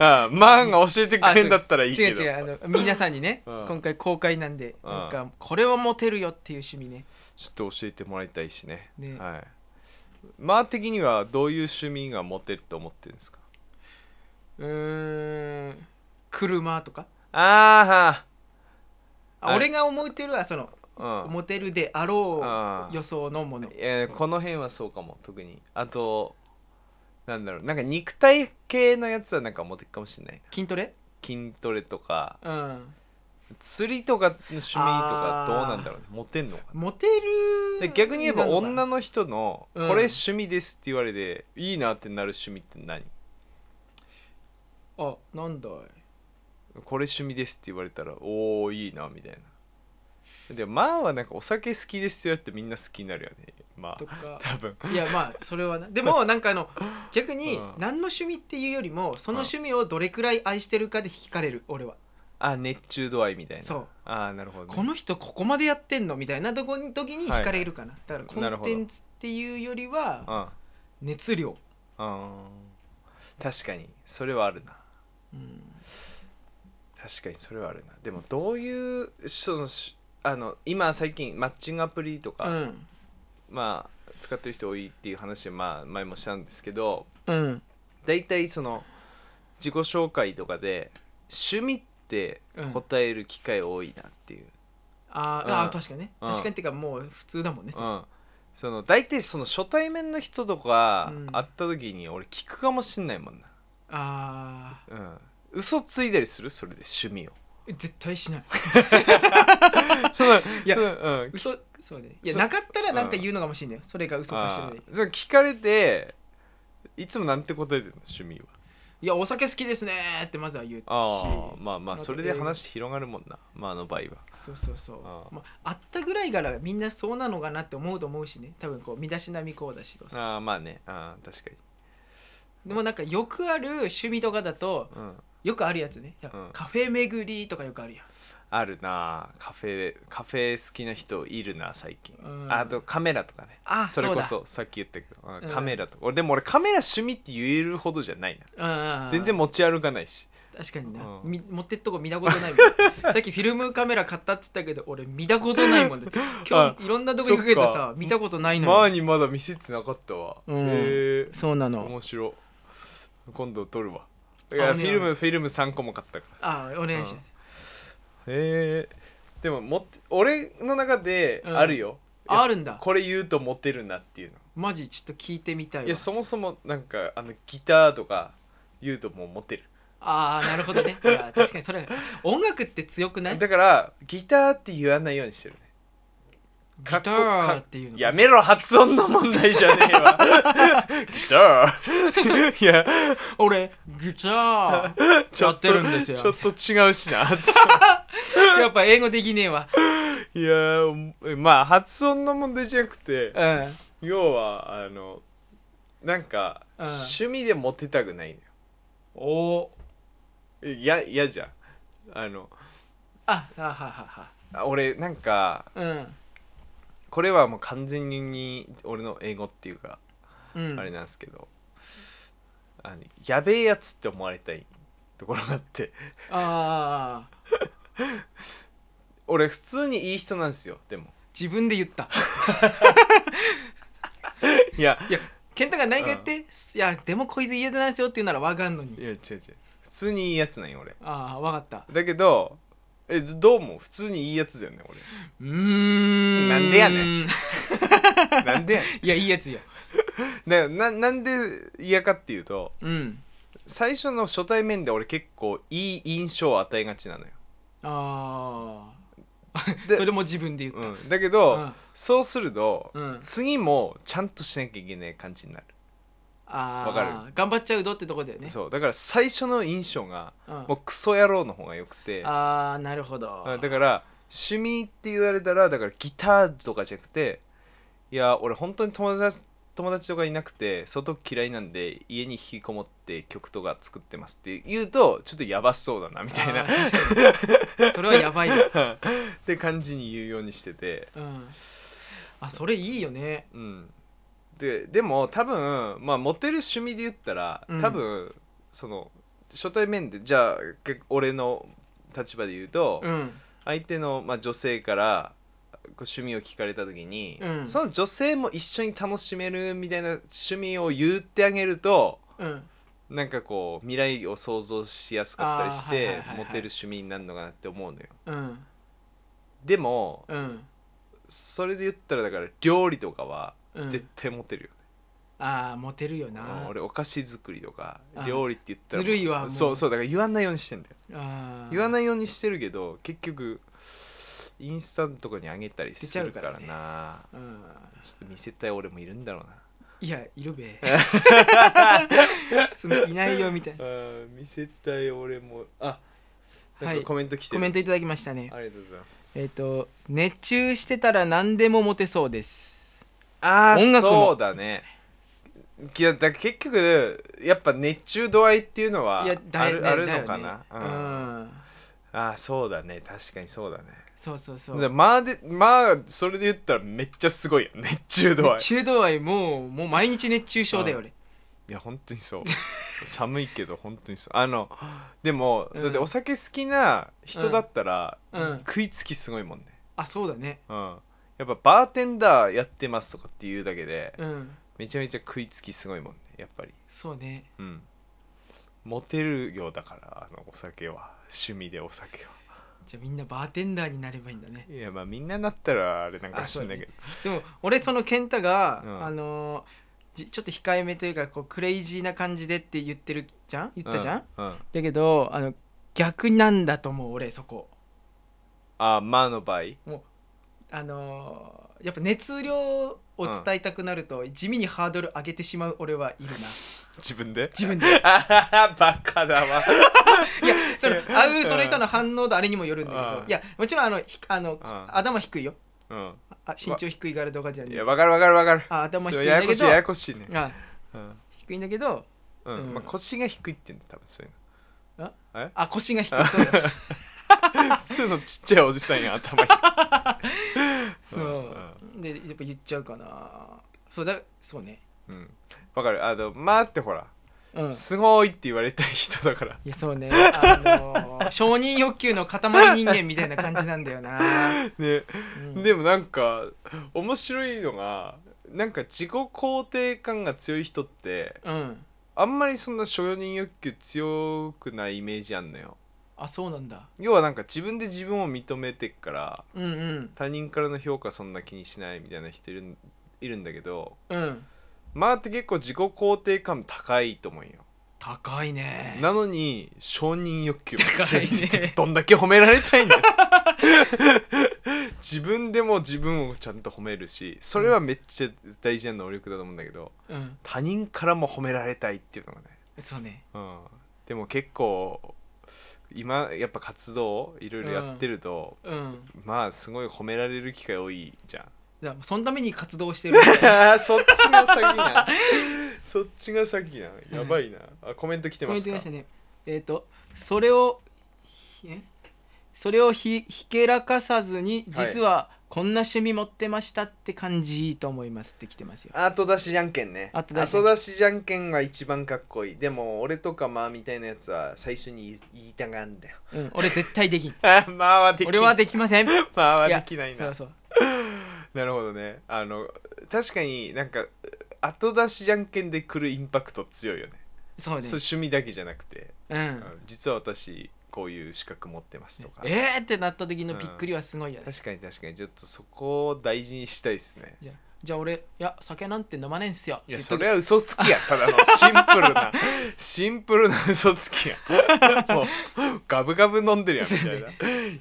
[SPEAKER 1] あマーが教え てくれんだったらいい
[SPEAKER 2] 違
[SPEAKER 1] け
[SPEAKER 2] う
[SPEAKER 1] ど
[SPEAKER 2] 違うあの皆さんにね、
[SPEAKER 1] うん
[SPEAKER 2] 今回公開なんで、
[SPEAKER 1] うん
[SPEAKER 2] なんかこれはモテるよっていう趣味ね
[SPEAKER 1] ちょっと教えてもらいたいしね
[SPEAKER 2] ね
[SPEAKER 1] はいマー的にはどういう趣味が持てると思ってるんですか
[SPEAKER 2] うーん車とか
[SPEAKER 1] あ
[SPEAKER 2] あ、
[SPEAKER 1] はい
[SPEAKER 2] 俺が思ってるはその
[SPEAKER 1] あは
[SPEAKER 2] モテるであろ
[SPEAKER 1] あ
[SPEAKER 2] う予想のもの
[SPEAKER 1] うんいやこの辺はそうかも特にあとなんだろうなんか肉体系のやつはなんかモテるかもしれないな
[SPEAKER 2] 筋トレ
[SPEAKER 1] 筋トレとか
[SPEAKER 2] うん
[SPEAKER 1] 釣りとかの趣味とかどうなんだろうねモテんのかな
[SPEAKER 2] モテる
[SPEAKER 1] で逆に言えば女
[SPEAKER 2] の
[SPEAKER 1] の人の「こ
[SPEAKER 2] うん
[SPEAKER 1] れ趣味です」って言われて、いいなってなる趣味って何
[SPEAKER 2] あなんだい
[SPEAKER 1] これ趣味ですって言われたらおおいいなみたいなでまあはなんかお酒好きですって言われてみんな好きになるよねま
[SPEAKER 2] と
[SPEAKER 1] あ
[SPEAKER 2] か
[SPEAKER 1] 多分
[SPEAKER 2] いやまあそれはなで もなんかあの逆に
[SPEAKER 1] うん
[SPEAKER 2] 何の趣味っていうよりもその趣味をどれくらい愛してるかで引かれる俺は
[SPEAKER 1] あ熱中度合いみたいな
[SPEAKER 2] そう
[SPEAKER 1] ああなるほど、ね、
[SPEAKER 2] この人ここまでやってんのみたいなとこに時に惹かれるかな、だか
[SPEAKER 1] なる
[SPEAKER 2] ら
[SPEAKER 1] ほ
[SPEAKER 2] コ
[SPEAKER 1] ど
[SPEAKER 2] ンテンツっていうより
[SPEAKER 1] う
[SPEAKER 2] は
[SPEAKER 1] ん
[SPEAKER 2] 熱量、
[SPEAKER 1] うん確かにそれはあるな
[SPEAKER 2] うん
[SPEAKER 1] 確かにそれはあるなでもどういうそのしあの今最近マッチングアプリとか、
[SPEAKER 2] うん
[SPEAKER 1] まあ使ってる人多いっていう話はまあ前もしたんですけど
[SPEAKER 2] うん
[SPEAKER 1] 大体その自己紹介とかで趣味って答える機会多いなっていう、
[SPEAKER 2] あー、
[SPEAKER 1] うん
[SPEAKER 2] あー確かにね、
[SPEAKER 1] うん
[SPEAKER 2] 確かにっていうかもう普通だもんね、
[SPEAKER 1] うん、その大体その初対面の人とか
[SPEAKER 2] うん
[SPEAKER 1] 会った時に俺聞くかもしんないもんな、
[SPEAKER 2] あ
[SPEAKER 1] うん、嘘ついたりするそれで趣 味を
[SPEAKER 2] ー絶対しない
[SPEAKER 1] その
[SPEAKER 2] いや
[SPEAKER 1] そのうん
[SPEAKER 2] 嘘そうねいや
[SPEAKER 1] そ
[SPEAKER 2] なかったらなんか言うのかもしれないよそれが嘘かしら
[SPEAKER 1] あ
[SPEAKER 2] で
[SPEAKER 1] ーその聞かれていつもなんて答えてるの趣味はい
[SPEAKER 2] やお酒好きですねーってまずは言うし
[SPEAKER 1] ああまあまあ
[SPEAKER 2] また
[SPEAKER 1] それで話広がるもんなまああの場合は
[SPEAKER 2] そうそうそう
[SPEAKER 1] あー
[SPEAKER 2] まあ、あったぐらいからみんなそうなのかなって思うと思うしね多分こう身だしなみこうだしとさ
[SPEAKER 1] ああまあねああ確かに
[SPEAKER 2] でもなんかよくある趣味とかだと
[SPEAKER 1] うん
[SPEAKER 2] よくあるやつねいや
[SPEAKER 1] うん
[SPEAKER 2] カフェ巡りとかよくあるやん
[SPEAKER 1] あるなあカフェカフェ好きな人いるな最近、
[SPEAKER 2] うん
[SPEAKER 1] あとカメラとかね
[SPEAKER 2] あ
[SPEAKER 1] それこそさっき言ったけど、うんカメラとか俺でも俺カメラ趣味って言えるほどじゃないな
[SPEAKER 2] そうだうんうんうん
[SPEAKER 1] 全然持ち歩かないし
[SPEAKER 2] 確かにな、
[SPEAKER 1] うん
[SPEAKER 2] み持ってっとこ見たことな いもんさっきフィルムカメラ買ったっつったけど俺見たことないもんで 今日いろんなとこにかけて
[SPEAKER 1] そっか
[SPEAKER 2] さ見たことないの
[SPEAKER 1] 前
[SPEAKER 2] よ
[SPEAKER 1] にまだ見せてなかったわ、
[SPEAKER 2] うん
[SPEAKER 1] へえ
[SPEAKER 2] そうなの
[SPEAKER 1] 面白い今度撮るわい
[SPEAKER 2] あ
[SPEAKER 1] や
[SPEAKER 2] お
[SPEAKER 1] フ
[SPEAKER 2] 願い
[SPEAKER 1] ィルムフィルム3個も買ったから
[SPEAKER 2] あお願いします
[SPEAKER 1] へえでも持って俺の中で
[SPEAKER 2] うん
[SPEAKER 1] あるよ、
[SPEAKER 2] ああるんだ
[SPEAKER 1] これ言うとモテるなっていうの
[SPEAKER 2] マジちょっと聞いてみたいわ
[SPEAKER 1] いやそもそもなんかあのギターとか言うともうモテる
[SPEAKER 2] ああなるほど ねいや確かにそれ音楽って強くないギ
[SPEAKER 1] だからギターって言わないようにしてるね
[SPEAKER 2] タ
[SPEAKER 1] かっこか
[SPEAKER 2] ーっていうの
[SPEAKER 1] やめろ発音の問題じゃねえ わギターいや
[SPEAKER 2] 俺ギター
[SPEAKER 1] ちょ
[SPEAKER 2] やってるんですよ
[SPEAKER 1] ちょっと違うしな発
[SPEAKER 2] やっぱ英語できねえわ
[SPEAKER 1] 音いやーまあ発音の問題じゃなくて
[SPEAKER 2] うん
[SPEAKER 1] 要はあのなんか
[SPEAKER 2] うん
[SPEAKER 1] 趣味でモテたくないの
[SPEAKER 2] おお
[SPEAKER 1] よいや嫌じゃんあの
[SPEAKER 2] あはははは
[SPEAKER 1] あ俺なんか
[SPEAKER 2] うん
[SPEAKER 1] ここれはもう完全に俺の英語っていうか、
[SPEAKER 2] うん
[SPEAKER 1] あれなんですけどあのやべえやつって思われたいところがあって
[SPEAKER 2] ああ
[SPEAKER 1] 俺普通にいい人なんですよでも
[SPEAKER 2] 自分で言った
[SPEAKER 1] いや
[SPEAKER 2] いや健太が何か言って、いやでもこいつ言えてないですよって言うなら分かんの
[SPEAKER 1] い
[SPEAKER 2] に
[SPEAKER 1] や違う違う普通にいいやつなんよ俺
[SPEAKER 2] ああ分かった
[SPEAKER 1] だけどえどうも普通にいいやつだよね
[SPEAKER 2] うーん
[SPEAKER 1] なんでやねん俺なんでやね
[SPEAKER 2] いやいいやつよ
[SPEAKER 1] んだから ななんで嫌かっていうと
[SPEAKER 2] うん
[SPEAKER 1] 最初の初対面で俺結構いい印象を与えがちなのよ、
[SPEAKER 2] ああ
[SPEAKER 1] で
[SPEAKER 2] それも自分で言った、
[SPEAKER 1] うん、だけど、
[SPEAKER 2] うん
[SPEAKER 1] そうすると、
[SPEAKER 2] うん
[SPEAKER 1] 次もちゃんとしなきゃいけない感じになる、
[SPEAKER 2] ああ
[SPEAKER 1] わか
[SPEAKER 2] る頑張っちゃうぞってとこだよね
[SPEAKER 1] そうだから最初の印象が
[SPEAKER 2] うん、
[SPEAKER 1] もうクソ野郎の方がよくて
[SPEAKER 2] ああなるほど
[SPEAKER 1] うんだから趣味って言われたらだからギターとかじゃなくていや俺本当に友達友達とかいなくて外嫌いなんで家に引きこもって曲とか作ってますって言うとちょっとやばそうだなみたいな
[SPEAKER 2] あー確 かにそれはやばいな
[SPEAKER 1] って感じに言うようにしてて
[SPEAKER 2] うんあそれいいよね
[SPEAKER 1] うんででも多分まあモテる趣味で言ったら
[SPEAKER 2] うん
[SPEAKER 1] 多分、その初対面でじゃあけ俺の立場で言うと、
[SPEAKER 2] うん
[SPEAKER 1] 相手の、まあ、女性からこう趣味を聞かれた時に、
[SPEAKER 2] うん
[SPEAKER 1] その女性も一緒に楽しめるみたいな趣味を言ってあげると
[SPEAKER 2] うん
[SPEAKER 1] なんかこう未来を想像しやすかったりして、
[SPEAKER 2] あーはいはいはいはい
[SPEAKER 1] モテる趣味になるのかなって思うのよ
[SPEAKER 2] うん
[SPEAKER 1] でも
[SPEAKER 2] うん
[SPEAKER 1] それで言ったらだから料理とかは
[SPEAKER 2] うん
[SPEAKER 1] 絶対モテるよ、
[SPEAKER 2] ああモテるよ
[SPEAKER 1] うん
[SPEAKER 2] な
[SPEAKER 1] 俺お菓子作りとか
[SPEAKER 2] あー
[SPEAKER 1] 料理って言ったら
[SPEAKER 2] ずるいわもう
[SPEAKER 1] そうそうだから言わないようにしてんだよ
[SPEAKER 2] あ
[SPEAKER 1] 言わ
[SPEAKER 2] い
[SPEAKER 1] ないようにしてるけど結局インスタとかにあげたりするからな
[SPEAKER 2] 出ちゃうかうん
[SPEAKER 1] ちょっと見せたい俺もいるんだろう
[SPEAKER 2] いやいる べそのいないよみたいな
[SPEAKER 1] な。見せたい俺も。あ、
[SPEAKER 2] は
[SPEAKER 1] なん
[SPEAKER 2] い
[SPEAKER 1] かコメント来て
[SPEAKER 2] コ
[SPEAKER 1] る。
[SPEAKER 2] メントいただきましたね
[SPEAKER 1] ありがとうございます。
[SPEAKER 2] えっ、と熱中してたら何でもモテそうです
[SPEAKER 1] あ
[SPEAKER 2] ー
[SPEAKER 1] 音楽も
[SPEAKER 2] そ
[SPEAKER 1] そうだね。いやだから結局やっぱ熱中度合いっていうのはい
[SPEAKER 2] や
[SPEAKER 1] あ
[SPEAKER 2] だ
[SPEAKER 1] る,、
[SPEAKER 2] ね
[SPEAKER 1] ある
[SPEAKER 2] だ
[SPEAKER 1] の
[SPEAKER 2] よね
[SPEAKER 1] かな、
[SPEAKER 2] う
[SPEAKER 1] うん
[SPEAKER 2] ん、
[SPEAKER 1] あーそうだね確かにそうだね
[SPEAKER 2] そうそうそ
[SPEAKER 1] だから
[SPEAKER 2] う
[SPEAKER 1] まあでまあそれで言ったらめっちゃすごいよ 熱中度合い
[SPEAKER 2] 中度合いもうもう毎日熱中症だよ
[SPEAKER 1] うん
[SPEAKER 2] 俺
[SPEAKER 1] いや本当にそう寒いけど本当にそうあのでも、
[SPEAKER 2] うん
[SPEAKER 1] だってお酒好きな人だったら、
[SPEAKER 2] うんうん
[SPEAKER 1] 食いつきすごいもんね、
[SPEAKER 2] あそうだね
[SPEAKER 1] うん、やっぱバーテンダーやってますとかっていうだけで、
[SPEAKER 2] うん
[SPEAKER 1] めちゃめちゃ食いつきすごいもんねやっぱり
[SPEAKER 2] そうね
[SPEAKER 1] うんモテるようだからあのお酒は趣味でお酒は
[SPEAKER 2] じゃあみんなバーテンダーになればいいんだね
[SPEAKER 1] いやまあみんななったらあれなんか
[SPEAKER 2] あ
[SPEAKER 1] し
[SPEAKER 2] そ
[SPEAKER 1] ん
[SPEAKER 2] う
[SPEAKER 1] な
[SPEAKER 2] だ
[SPEAKER 1] い
[SPEAKER 2] ね
[SPEAKER 1] け
[SPEAKER 2] でも俺その健太が、
[SPEAKER 1] うん
[SPEAKER 2] あのーじちょっと控えめというかこうクレイジーな感じでって言ってるじゃん言
[SPEAKER 1] ど
[SPEAKER 2] ったじゃん、
[SPEAKER 1] うん、うん
[SPEAKER 2] だけどあの逆なんだと思う俺そこ
[SPEAKER 1] あまあの場合
[SPEAKER 2] あのーやっぱ熱量を伝えたくなると、地味にハードル上げてしまう俺はいるな
[SPEAKER 1] 自分で
[SPEAKER 2] 自分で
[SPEAKER 1] あははバカだわ
[SPEAKER 2] いやその会うその人の反応とあれにもよるんだけど、
[SPEAKER 1] うん
[SPEAKER 2] いやもちろんあのひあの、
[SPEAKER 1] ん
[SPEAKER 2] 頭低いよ
[SPEAKER 1] う
[SPEAKER 2] あ身長低いからとかじゃ
[SPEAKER 1] ん
[SPEAKER 2] ないい
[SPEAKER 1] やわかるわかるわかる
[SPEAKER 2] あ頭低
[SPEAKER 1] そ
[SPEAKER 2] い
[SPEAKER 1] うんや
[SPEAKER 2] だ
[SPEAKER 1] やこ
[SPEAKER 2] け
[SPEAKER 1] しいやや
[SPEAKER 2] ど
[SPEAKER 1] こしいね
[SPEAKER 2] あ
[SPEAKER 1] うん、
[SPEAKER 2] 低いんだけど
[SPEAKER 1] うん
[SPEAKER 2] うん
[SPEAKER 1] まあ、腰が低いってんだ多分そういう
[SPEAKER 2] あ腰が 低いそうだ
[SPEAKER 1] の普通のちっちゃいおじさんや頭低い
[SPEAKER 2] そう、でやっぱ言っちゃうかなそうだそうね
[SPEAKER 1] うんわかるあの「まあ」ってほら、
[SPEAKER 2] うん
[SPEAKER 1] すごいって言われたい人だから
[SPEAKER 2] いやそうねあのー承認欲求の塊人間みたいな感じなんだよな、
[SPEAKER 1] ね、
[SPEAKER 2] うん
[SPEAKER 1] でもなんか面白いのがなんか自己肯定感が強い人って
[SPEAKER 2] うん
[SPEAKER 1] あんまりそんな承認欲求強くないイメージあんのよ
[SPEAKER 2] あそうなんだ
[SPEAKER 1] 要はなんか自分で自分を認めてっから
[SPEAKER 2] うんうん
[SPEAKER 1] 他人からの評価そんな気にしないみたいな人いるんいるんだけど
[SPEAKER 2] うん
[SPEAKER 1] まあって結構自己肯定感高いと思うよ
[SPEAKER 2] 高いね
[SPEAKER 1] なのに承認欲求が強い
[SPEAKER 2] 高いね
[SPEAKER 1] どんだけ褒められたいんだよ 自分でも自分をちゃんと褒めるしそれはめっちゃ大事な能力だと思うんだけど
[SPEAKER 2] うん
[SPEAKER 1] 他人からも褒められたいっていうのがね、
[SPEAKER 2] そうね
[SPEAKER 1] うん、でも結構今やっぱ活動いろいろやってると、
[SPEAKER 2] うん
[SPEAKER 1] まあすごい褒められる機会多いじゃん
[SPEAKER 2] だからそのために活動してる
[SPEAKER 1] あーそっちが先な そっちが先なやばいな、あコメント来て
[SPEAKER 2] コ
[SPEAKER 1] ま
[SPEAKER 2] メン
[SPEAKER 1] す
[SPEAKER 2] ト
[SPEAKER 1] か
[SPEAKER 2] ましたねえっ、とそれをひえそれをひひけらかさずに
[SPEAKER 1] はい
[SPEAKER 2] 実はこんな趣味持ってましたって感じいいと思いますって来てますよ
[SPEAKER 1] 後出しじゃんけんね
[SPEAKER 2] 後出し
[SPEAKER 1] 後出しじゃんけんが一番かっこいいでも俺とかまあみたいなやつは最初に言い言いたがんだよ
[SPEAKER 2] うん、俺絶対できん。
[SPEAKER 1] まあはでき
[SPEAKER 2] 俺はできません。
[SPEAKER 1] まあはい
[SPEAKER 2] や
[SPEAKER 1] できない
[SPEAKER 2] そ
[SPEAKER 1] な
[SPEAKER 2] うそう。
[SPEAKER 1] なるほどねあの確かになんか後出しじゃんけんで来るインパクト強いよね
[SPEAKER 2] そうね
[SPEAKER 1] そう。趣味だけじゃなくて、
[SPEAKER 2] うん
[SPEAKER 1] う。ん実は私こういう資格持ってますとか、
[SPEAKER 2] えーってなった時のびっくりはすごいよね。
[SPEAKER 1] 確かに確かにちょっとそこを大事にしたいですね
[SPEAKER 2] じゃあじゃあ俺、いや、酒なんて飲まねえんすよ。
[SPEAKER 1] い
[SPEAKER 2] っ
[SPEAKER 1] や
[SPEAKER 2] て
[SPEAKER 1] そ
[SPEAKER 2] 言っと
[SPEAKER 1] れは嘘つきやただのシンプル なシンプルな嘘つきやもうガブガブ飲んでるやんみたいな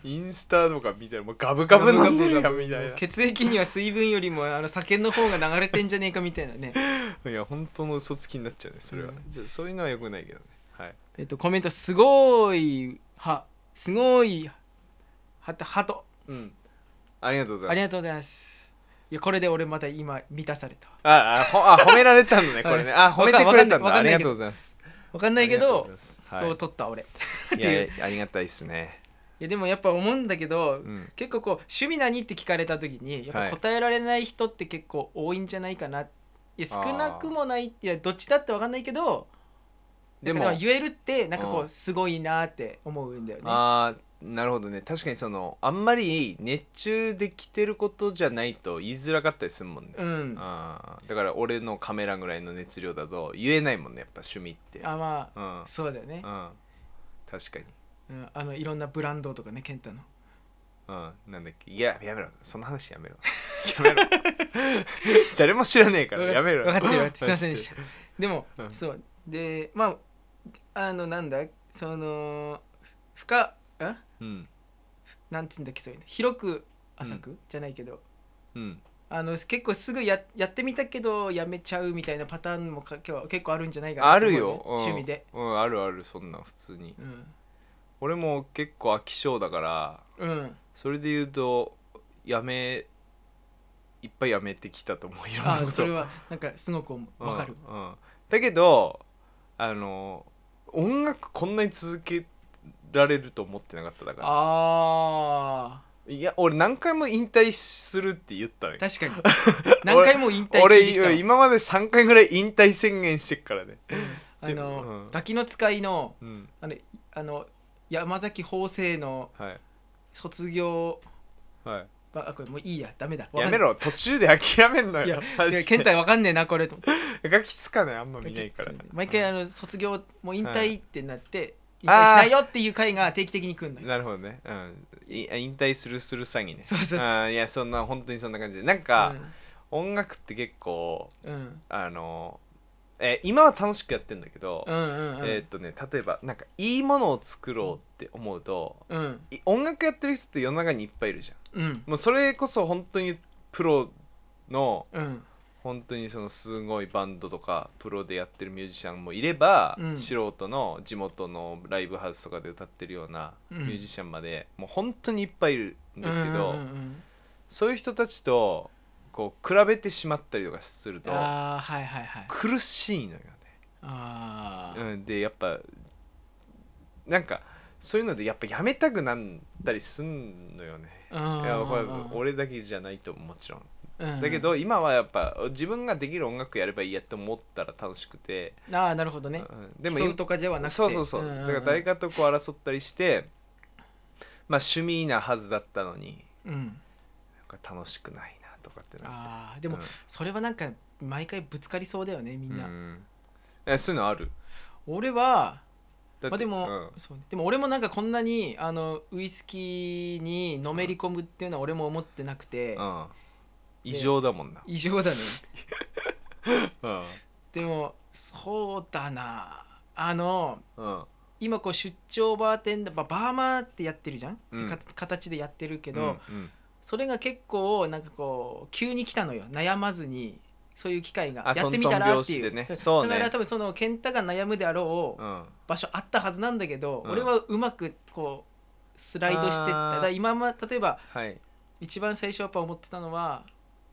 [SPEAKER 1] インスタとか見たらもうガブガブ飲んでるやんみたい
[SPEAKER 2] 血液には水分よりもあの酒の方が流れてんじゃねえかみたいなね。
[SPEAKER 1] ないや本当の嘘つきになっちゃうねそれは、
[SPEAKER 2] うん
[SPEAKER 1] じゃあそういうのはよくないけどねはい
[SPEAKER 2] えっと、コメント、すごい、は、すごい、はと、はと、
[SPEAKER 1] うんありがとうございます
[SPEAKER 2] ありがとうございます。いや、これで俺また今満たされたわ。
[SPEAKER 1] ああほあ褒められた んだねこれねあ褒めてくれたん
[SPEAKER 2] わ
[SPEAKER 1] だ
[SPEAKER 2] か
[SPEAKER 1] あ
[SPEAKER 2] ん
[SPEAKER 1] り
[SPEAKER 2] な
[SPEAKER 1] が
[SPEAKER 2] い
[SPEAKER 1] とうございます
[SPEAKER 2] わかんないけ
[SPEAKER 1] ありがとうござ
[SPEAKER 2] ど
[SPEAKER 1] います、はい
[SPEAKER 2] そう取った俺。
[SPEAKER 1] いやいやありがたいですね
[SPEAKER 2] いやでもやっぱ思うんだけ
[SPEAKER 1] う
[SPEAKER 2] ど、
[SPEAKER 1] ん
[SPEAKER 2] 結構こう趣味何って聞かれた時にやっ
[SPEAKER 1] は
[SPEAKER 2] ぱ
[SPEAKER 1] い
[SPEAKER 2] 答えられない人って結構多いんじゃないかな、い、や
[SPEAKER 1] あー
[SPEAKER 2] 少なくもないいやどっちだって分かんないけど
[SPEAKER 1] で
[SPEAKER 2] で
[SPEAKER 1] も
[SPEAKER 2] も言えるってなんかこ
[SPEAKER 1] うん
[SPEAKER 2] うすごいなって思うんだよね。
[SPEAKER 1] あーなるほどね確かにそのあんまり熱中できてることじゃないと言いづらかったりするもんね、
[SPEAKER 2] うん、あ
[SPEAKER 1] あーだから俺のカメラぐらいの熱量だと言えないもんねやっぱ趣味って
[SPEAKER 2] まあ、
[SPEAKER 1] うん、うん、
[SPEAKER 2] そうだよね、
[SPEAKER 1] 確かに、
[SPEAKER 2] うん、あのいろんなブランドとかね健太の
[SPEAKER 1] うん、なんだっけいややめろその話やめろや めろ誰も知らねえからやめろ
[SPEAKER 2] 分かってる分か ってるすいませんでした
[SPEAKER 1] マ
[SPEAKER 2] でも、
[SPEAKER 1] うん
[SPEAKER 2] そうでまああのなんだそのふ深ん
[SPEAKER 1] ジでうん
[SPEAKER 2] なんつうんだっけそういうの広く浅く、じゃないけど
[SPEAKER 1] うん
[SPEAKER 2] あの結構すぐややってみたけどやめちゃうみたいなパターンもか今日は結構あるんじゃないかな
[SPEAKER 1] ある
[SPEAKER 2] と
[SPEAKER 1] よ
[SPEAKER 2] 思、うね趣味で、
[SPEAKER 1] うん、うんあるあるそんな普通に
[SPEAKER 2] うん
[SPEAKER 1] 俺も結構飽き性だから
[SPEAKER 2] うん、
[SPEAKER 1] それで言うとやめいっぱいやめてきたと思ういろんなこ
[SPEAKER 2] あ
[SPEAKER 1] と
[SPEAKER 2] それはなんかすごく思う
[SPEAKER 1] うん
[SPEAKER 2] わかる、
[SPEAKER 1] うんだけどあの音楽こんなに続けられると思ってなかっただか
[SPEAKER 2] あ
[SPEAKER 1] らいや俺何回も引退するって言ったの
[SPEAKER 2] ー
[SPEAKER 1] よ
[SPEAKER 2] 確かに 何回も引退聞いてきたわ
[SPEAKER 1] 俺今まで3回ぐらい引退宣言してっからね、
[SPEAKER 2] あ
[SPEAKER 1] でもう
[SPEAKER 2] の
[SPEAKER 1] ん
[SPEAKER 2] 「ガキの使いの
[SPEAKER 1] うん」
[SPEAKER 2] あのあの山崎邦生の
[SPEAKER 1] はい
[SPEAKER 2] 卒業
[SPEAKER 1] はい
[SPEAKER 2] あこれもういいやダメだ
[SPEAKER 1] やめろ途中で諦めんない
[SPEAKER 2] や
[SPEAKER 1] よ
[SPEAKER 2] 違
[SPEAKER 1] マジ
[SPEAKER 2] う
[SPEAKER 1] で
[SPEAKER 2] 健太わかんねえなこれと思って
[SPEAKER 1] ガキつかないあんま見ないから
[SPEAKER 2] 毎回
[SPEAKER 1] うん
[SPEAKER 2] あの卒業もう引退ってなって、引
[SPEAKER 1] あー
[SPEAKER 2] 退しないよっていう回が定期的に来るのよ
[SPEAKER 1] なるほどね、うん、いあ引退するする詐欺ね
[SPEAKER 2] そうそうそう
[SPEAKER 1] あーいやそんな本当にそんな感じでなんか、音楽って結構
[SPEAKER 2] うんうん
[SPEAKER 1] あの、えー今は楽しくやってんだけど、
[SPEAKER 2] うんうんうん
[SPEAKER 1] えーっとね例えばなんかいいものを作ろうって思うと、
[SPEAKER 2] うん
[SPEAKER 1] い音楽やってる人って世の中にいっぱいいるじゃ
[SPEAKER 2] うん
[SPEAKER 1] んもうそれこそ本当にプロの
[SPEAKER 2] うん
[SPEAKER 1] 本当にそのすごいバンドとかプロでやってるミュージシャンもいれば、
[SPEAKER 2] うん
[SPEAKER 1] 素人の地元のライブハウスとかで歌ってるような
[SPEAKER 2] うん
[SPEAKER 1] ミュージシャンまで、もう本当にいっぱいいるんですけど、
[SPEAKER 2] うんうんうん
[SPEAKER 1] そういう人たちとこう比べてしまったりとかすると
[SPEAKER 2] ああはいはいはい
[SPEAKER 1] 苦しいのよ
[SPEAKER 2] あー
[SPEAKER 1] ね。うん、でやっぱなんかそういうのでやっぱやめたくなんだりすんのよね。
[SPEAKER 2] うん
[SPEAKER 1] いやこれ俺だけじゃないと思うもちろん
[SPEAKER 2] うん
[SPEAKER 1] だけど今はやっぱ自分ができる音楽やればいいやって思ったら楽しくて、
[SPEAKER 2] ああなるほどね
[SPEAKER 1] うんで
[SPEAKER 2] でも
[SPEAKER 1] も
[SPEAKER 2] 競うとかではなくて
[SPEAKER 1] そうそうそう,、
[SPEAKER 2] んん
[SPEAKER 1] だ
[SPEAKER 2] ん
[SPEAKER 1] から誰かとこう争ったりしてまあ趣味なはずだったのに
[SPEAKER 2] うん
[SPEAKER 1] なんか楽しくないなとかってな
[SPEAKER 2] ああでも
[SPEAKER 1] うん
[SPEAKER 2] それはなんか毎回ぶつかりそうだよねみん
[SPEAKER 1] う
[SPEAKER 2] なん
[SPEAKER 1] えそういうのある
[SPEAKER 2] 俺は
[SPEAKER 1] だって
[SPEAKER 2] まあでもそうねでも俺もなんかこんなにあのウイスキーにのめり込むっていうのは俺も思ってなくて
[SPEAKER 1] うんうん異常だもんな、
[SPEAKER 2] 異常だね
[SPEAKER 1] うん
[SPEAKER 2] でもそうだなあの
[SPEAKER 1] うん
[SPEAKER 2] 今こう出張バーテンダー、まあバーマーってやってるじゃん、
[SPEAKER 1] うん
[SPEAKER 2] か形でやってるけど、
[SPEAKER 1] うん
[SPEAKER 2] それが結構なんかこう急に来たのよ悩まずにそういう機会が
[SPEAKER 1] あ
[SPEAKER 2] やってみたらってい
[SPEAKER 1] トントン拍子でね
[SPEAKER 2] う
[SPEAKER 1] そうね
[SPEAKER 2] だから多分その健太が悩むであろ
[SPEAKER 1] う
[SPEAKER 2] うん
[SPEAKER 1] うん
[SPEAKER 2] 場所あったはずなんだけど、
[SPEAKER 1] うん
[SPEAKER 2] 俺はうまくこうスライドしてっ
[SPEAKER 1] あ
[SPEAKER 2] た
[SPEAKER 1] ー
[SPEAKER 2] だから今ま例えば
[SPEAKER 1] はい
[SPEAKER 2] 一番最初やっぱ思ってたのは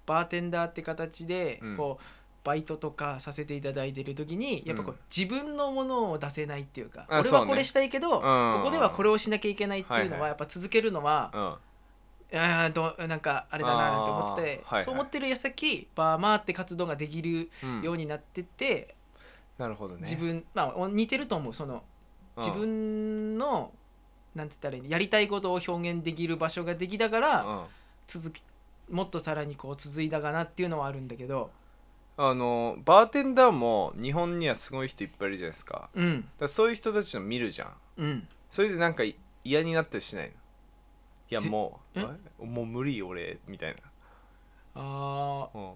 [SPEAKER 2] バーテンダーって形で
[SPEAKER 1] うん
[SPEAKER 2] こう、バイトとかさせていただいてる時にやっぱこう、
[SPEAKER 1] うん
[SPEAKER 2] 自分のものを出せないっていうか
[SPEAKER 1] あ
[SPEAKER 2] 俺
[SPEAKER 1] そう
[SPEAKER 2] は
[SPEAKER 1] ね
[SPEAKER 2] これしたいけど、
[SPEAKER 1] うん
[SPEAKER 2] ここではこれをしなきゃいけないっていうの
[SPEAKER 1] は
[SPEAKER 2] はいやっぱ続けるのは、
[SPEAKER 1] うん
[SPEAKER 2] ーんとなんかあれだななんて思ってて、
[SPEAKER 1] あーはい
[SPEAKER 2] そう思ってる矢先バーマーって活動ができる
[SPEAKER 1] うん
[SPEAKER 2] ようになってて、
[SPEAKER 1] なるほどね
[SPEAKER 2] 自分まあお似てると思うその
[SPEAKER 1] うん
[SPEAKER 2] 自分のなんつったらいいのやりたいことを表現できる場所ができたか
[SPEAKER 1] う
[SPEAKER 2] ら
[SPEAKER 1] ん
[SPEAKER 2] 続きもっとさらにこう続いたかなっていうのはあるんだけど
[SPEAKER 1] あのバーテンダーも日本にはすごい人いっぱいいるじゃないですかだか
[SPEAKER 2] うん
[SPEAKER 1] らそういう人たちの見るじゃん
[SPEAKER 2] うん
[SPEAKER 1] それでなんかい嫌になったりしないのいや
[SPEAKER 2] ぜ
[SPEAKER 1] もう
[SPEAKER 2] え
[SPEAKER 1] えもう無理俺みたい
[SPEAKER 2] あ
[SPEAKER 1] な、うん
[SPEAKER 2] ー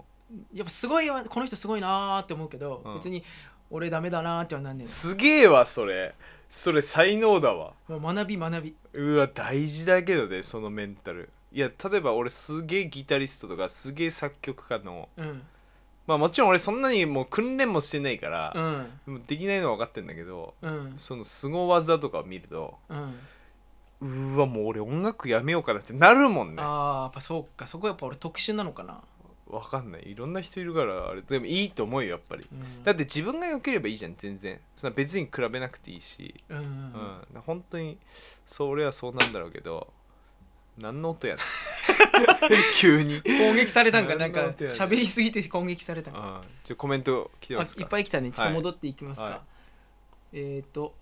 [SPEAKER 2] やっぱすごいわこの人すごいなーって思うけど、
[SPEAKER 1] うん
[SPEAKER 2] 別に俺ダメだなーってはなんね
[SPEAKER 1] すげえわそれそれ才能だわ
[SPEAKER 2] えのもう学び学び
[SPEAKER 1] うわ大事だけどねそのメンタルいや例えば俺すげえギタリストとかすげえ作曲家の
[SPEAKER 2] うん
[SPEAKER 1] まあもちろん俺そんなにもう訓練もしてないから
[SPEAKER 2] う、ん
[SPEAKER 1] でもできないのは分かってんだけど
[SPEAKER 2] うん
[SPEAKER 1] そのすご技とかを見ると
[SPEAKER 2] うん
[SPEAKER 1] うわもう俺音楽やめようかなってなるもんね
[SPEAKER 2] ああやっぱそうかそこやっぱ俺特殊なのかな、
[SPEAKER 1] 分かんないいろんな人いるからあれでもいいと思うよやっぱり
[SPEAKER 2] うん、
[SPEAKER 1] だって自分が良ければいいじゃん全然そんな別に比べなくていいし、
[SPEAKER 2] うんうんう
[SPEAKER 1] うん
[SPEAKER 2] ん、
[SPEAKER 1] 本当にそれはそうなんだろうけど何の音やねん 急に、うん、
[SPEAKER 2] 攻撃されたんか
[SPEAKER 1] な
[SPEAKER 2] なんん
[SPEAKER 1] か
[SPEAKER 2] か喋りすぎて攻撃されたんか
[SPEAKER 1] じゃあコメント来て
[SPEAKER 2] あ
[SPEAKER 1] ますか
[SPEAKER 2] いっぱい来たねちょっと戻っていきますか、
[SPEAKER 1] はいはい
[SPEAKER 2] えっ、と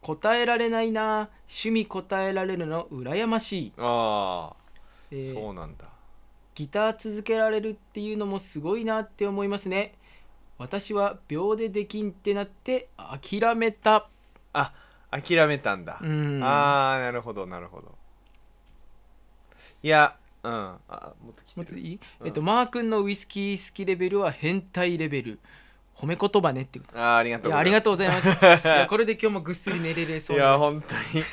[SPEAKER 2] 答えられないな趣味答えられるの羨ましい、
[SPEAKER 1] ああ、
[SPEAKER 2] えー
[SPEAKER 1] そうなんだ
[SPEAKER 2] ギター続けられるっていうのもすごいなって思いますね私は秒でできんってなって諦めた
[SPEAKER 1] あ諦めたんだ、
[SPEAKER 2] うん
[SPEAKER 1] ああなるほどなるほどいやうんあもっと来
[SPEAKER 2] もってと
[SPEAKER 1] る
[SPEAKER 2] いい、
[SPEAKER 1] うん
[SPEAKER 2] えっとマー君のウイスキー好きレベルは変態レベル褒め言葉ねってこと
[SPEAKER 1] あーありがと
[SPEAKER 2] いうや
[SPEAKER 1] ございます
[SPEAKER 2] ありがとうございますいやこれで今日もぐっすり寝れれそう
[SPEAKER 1] い
[SPEAKER 2] だ
[SPEAKER 1] や
[SPEAKER 2] ね
[SPEAKER 1] 本 当にい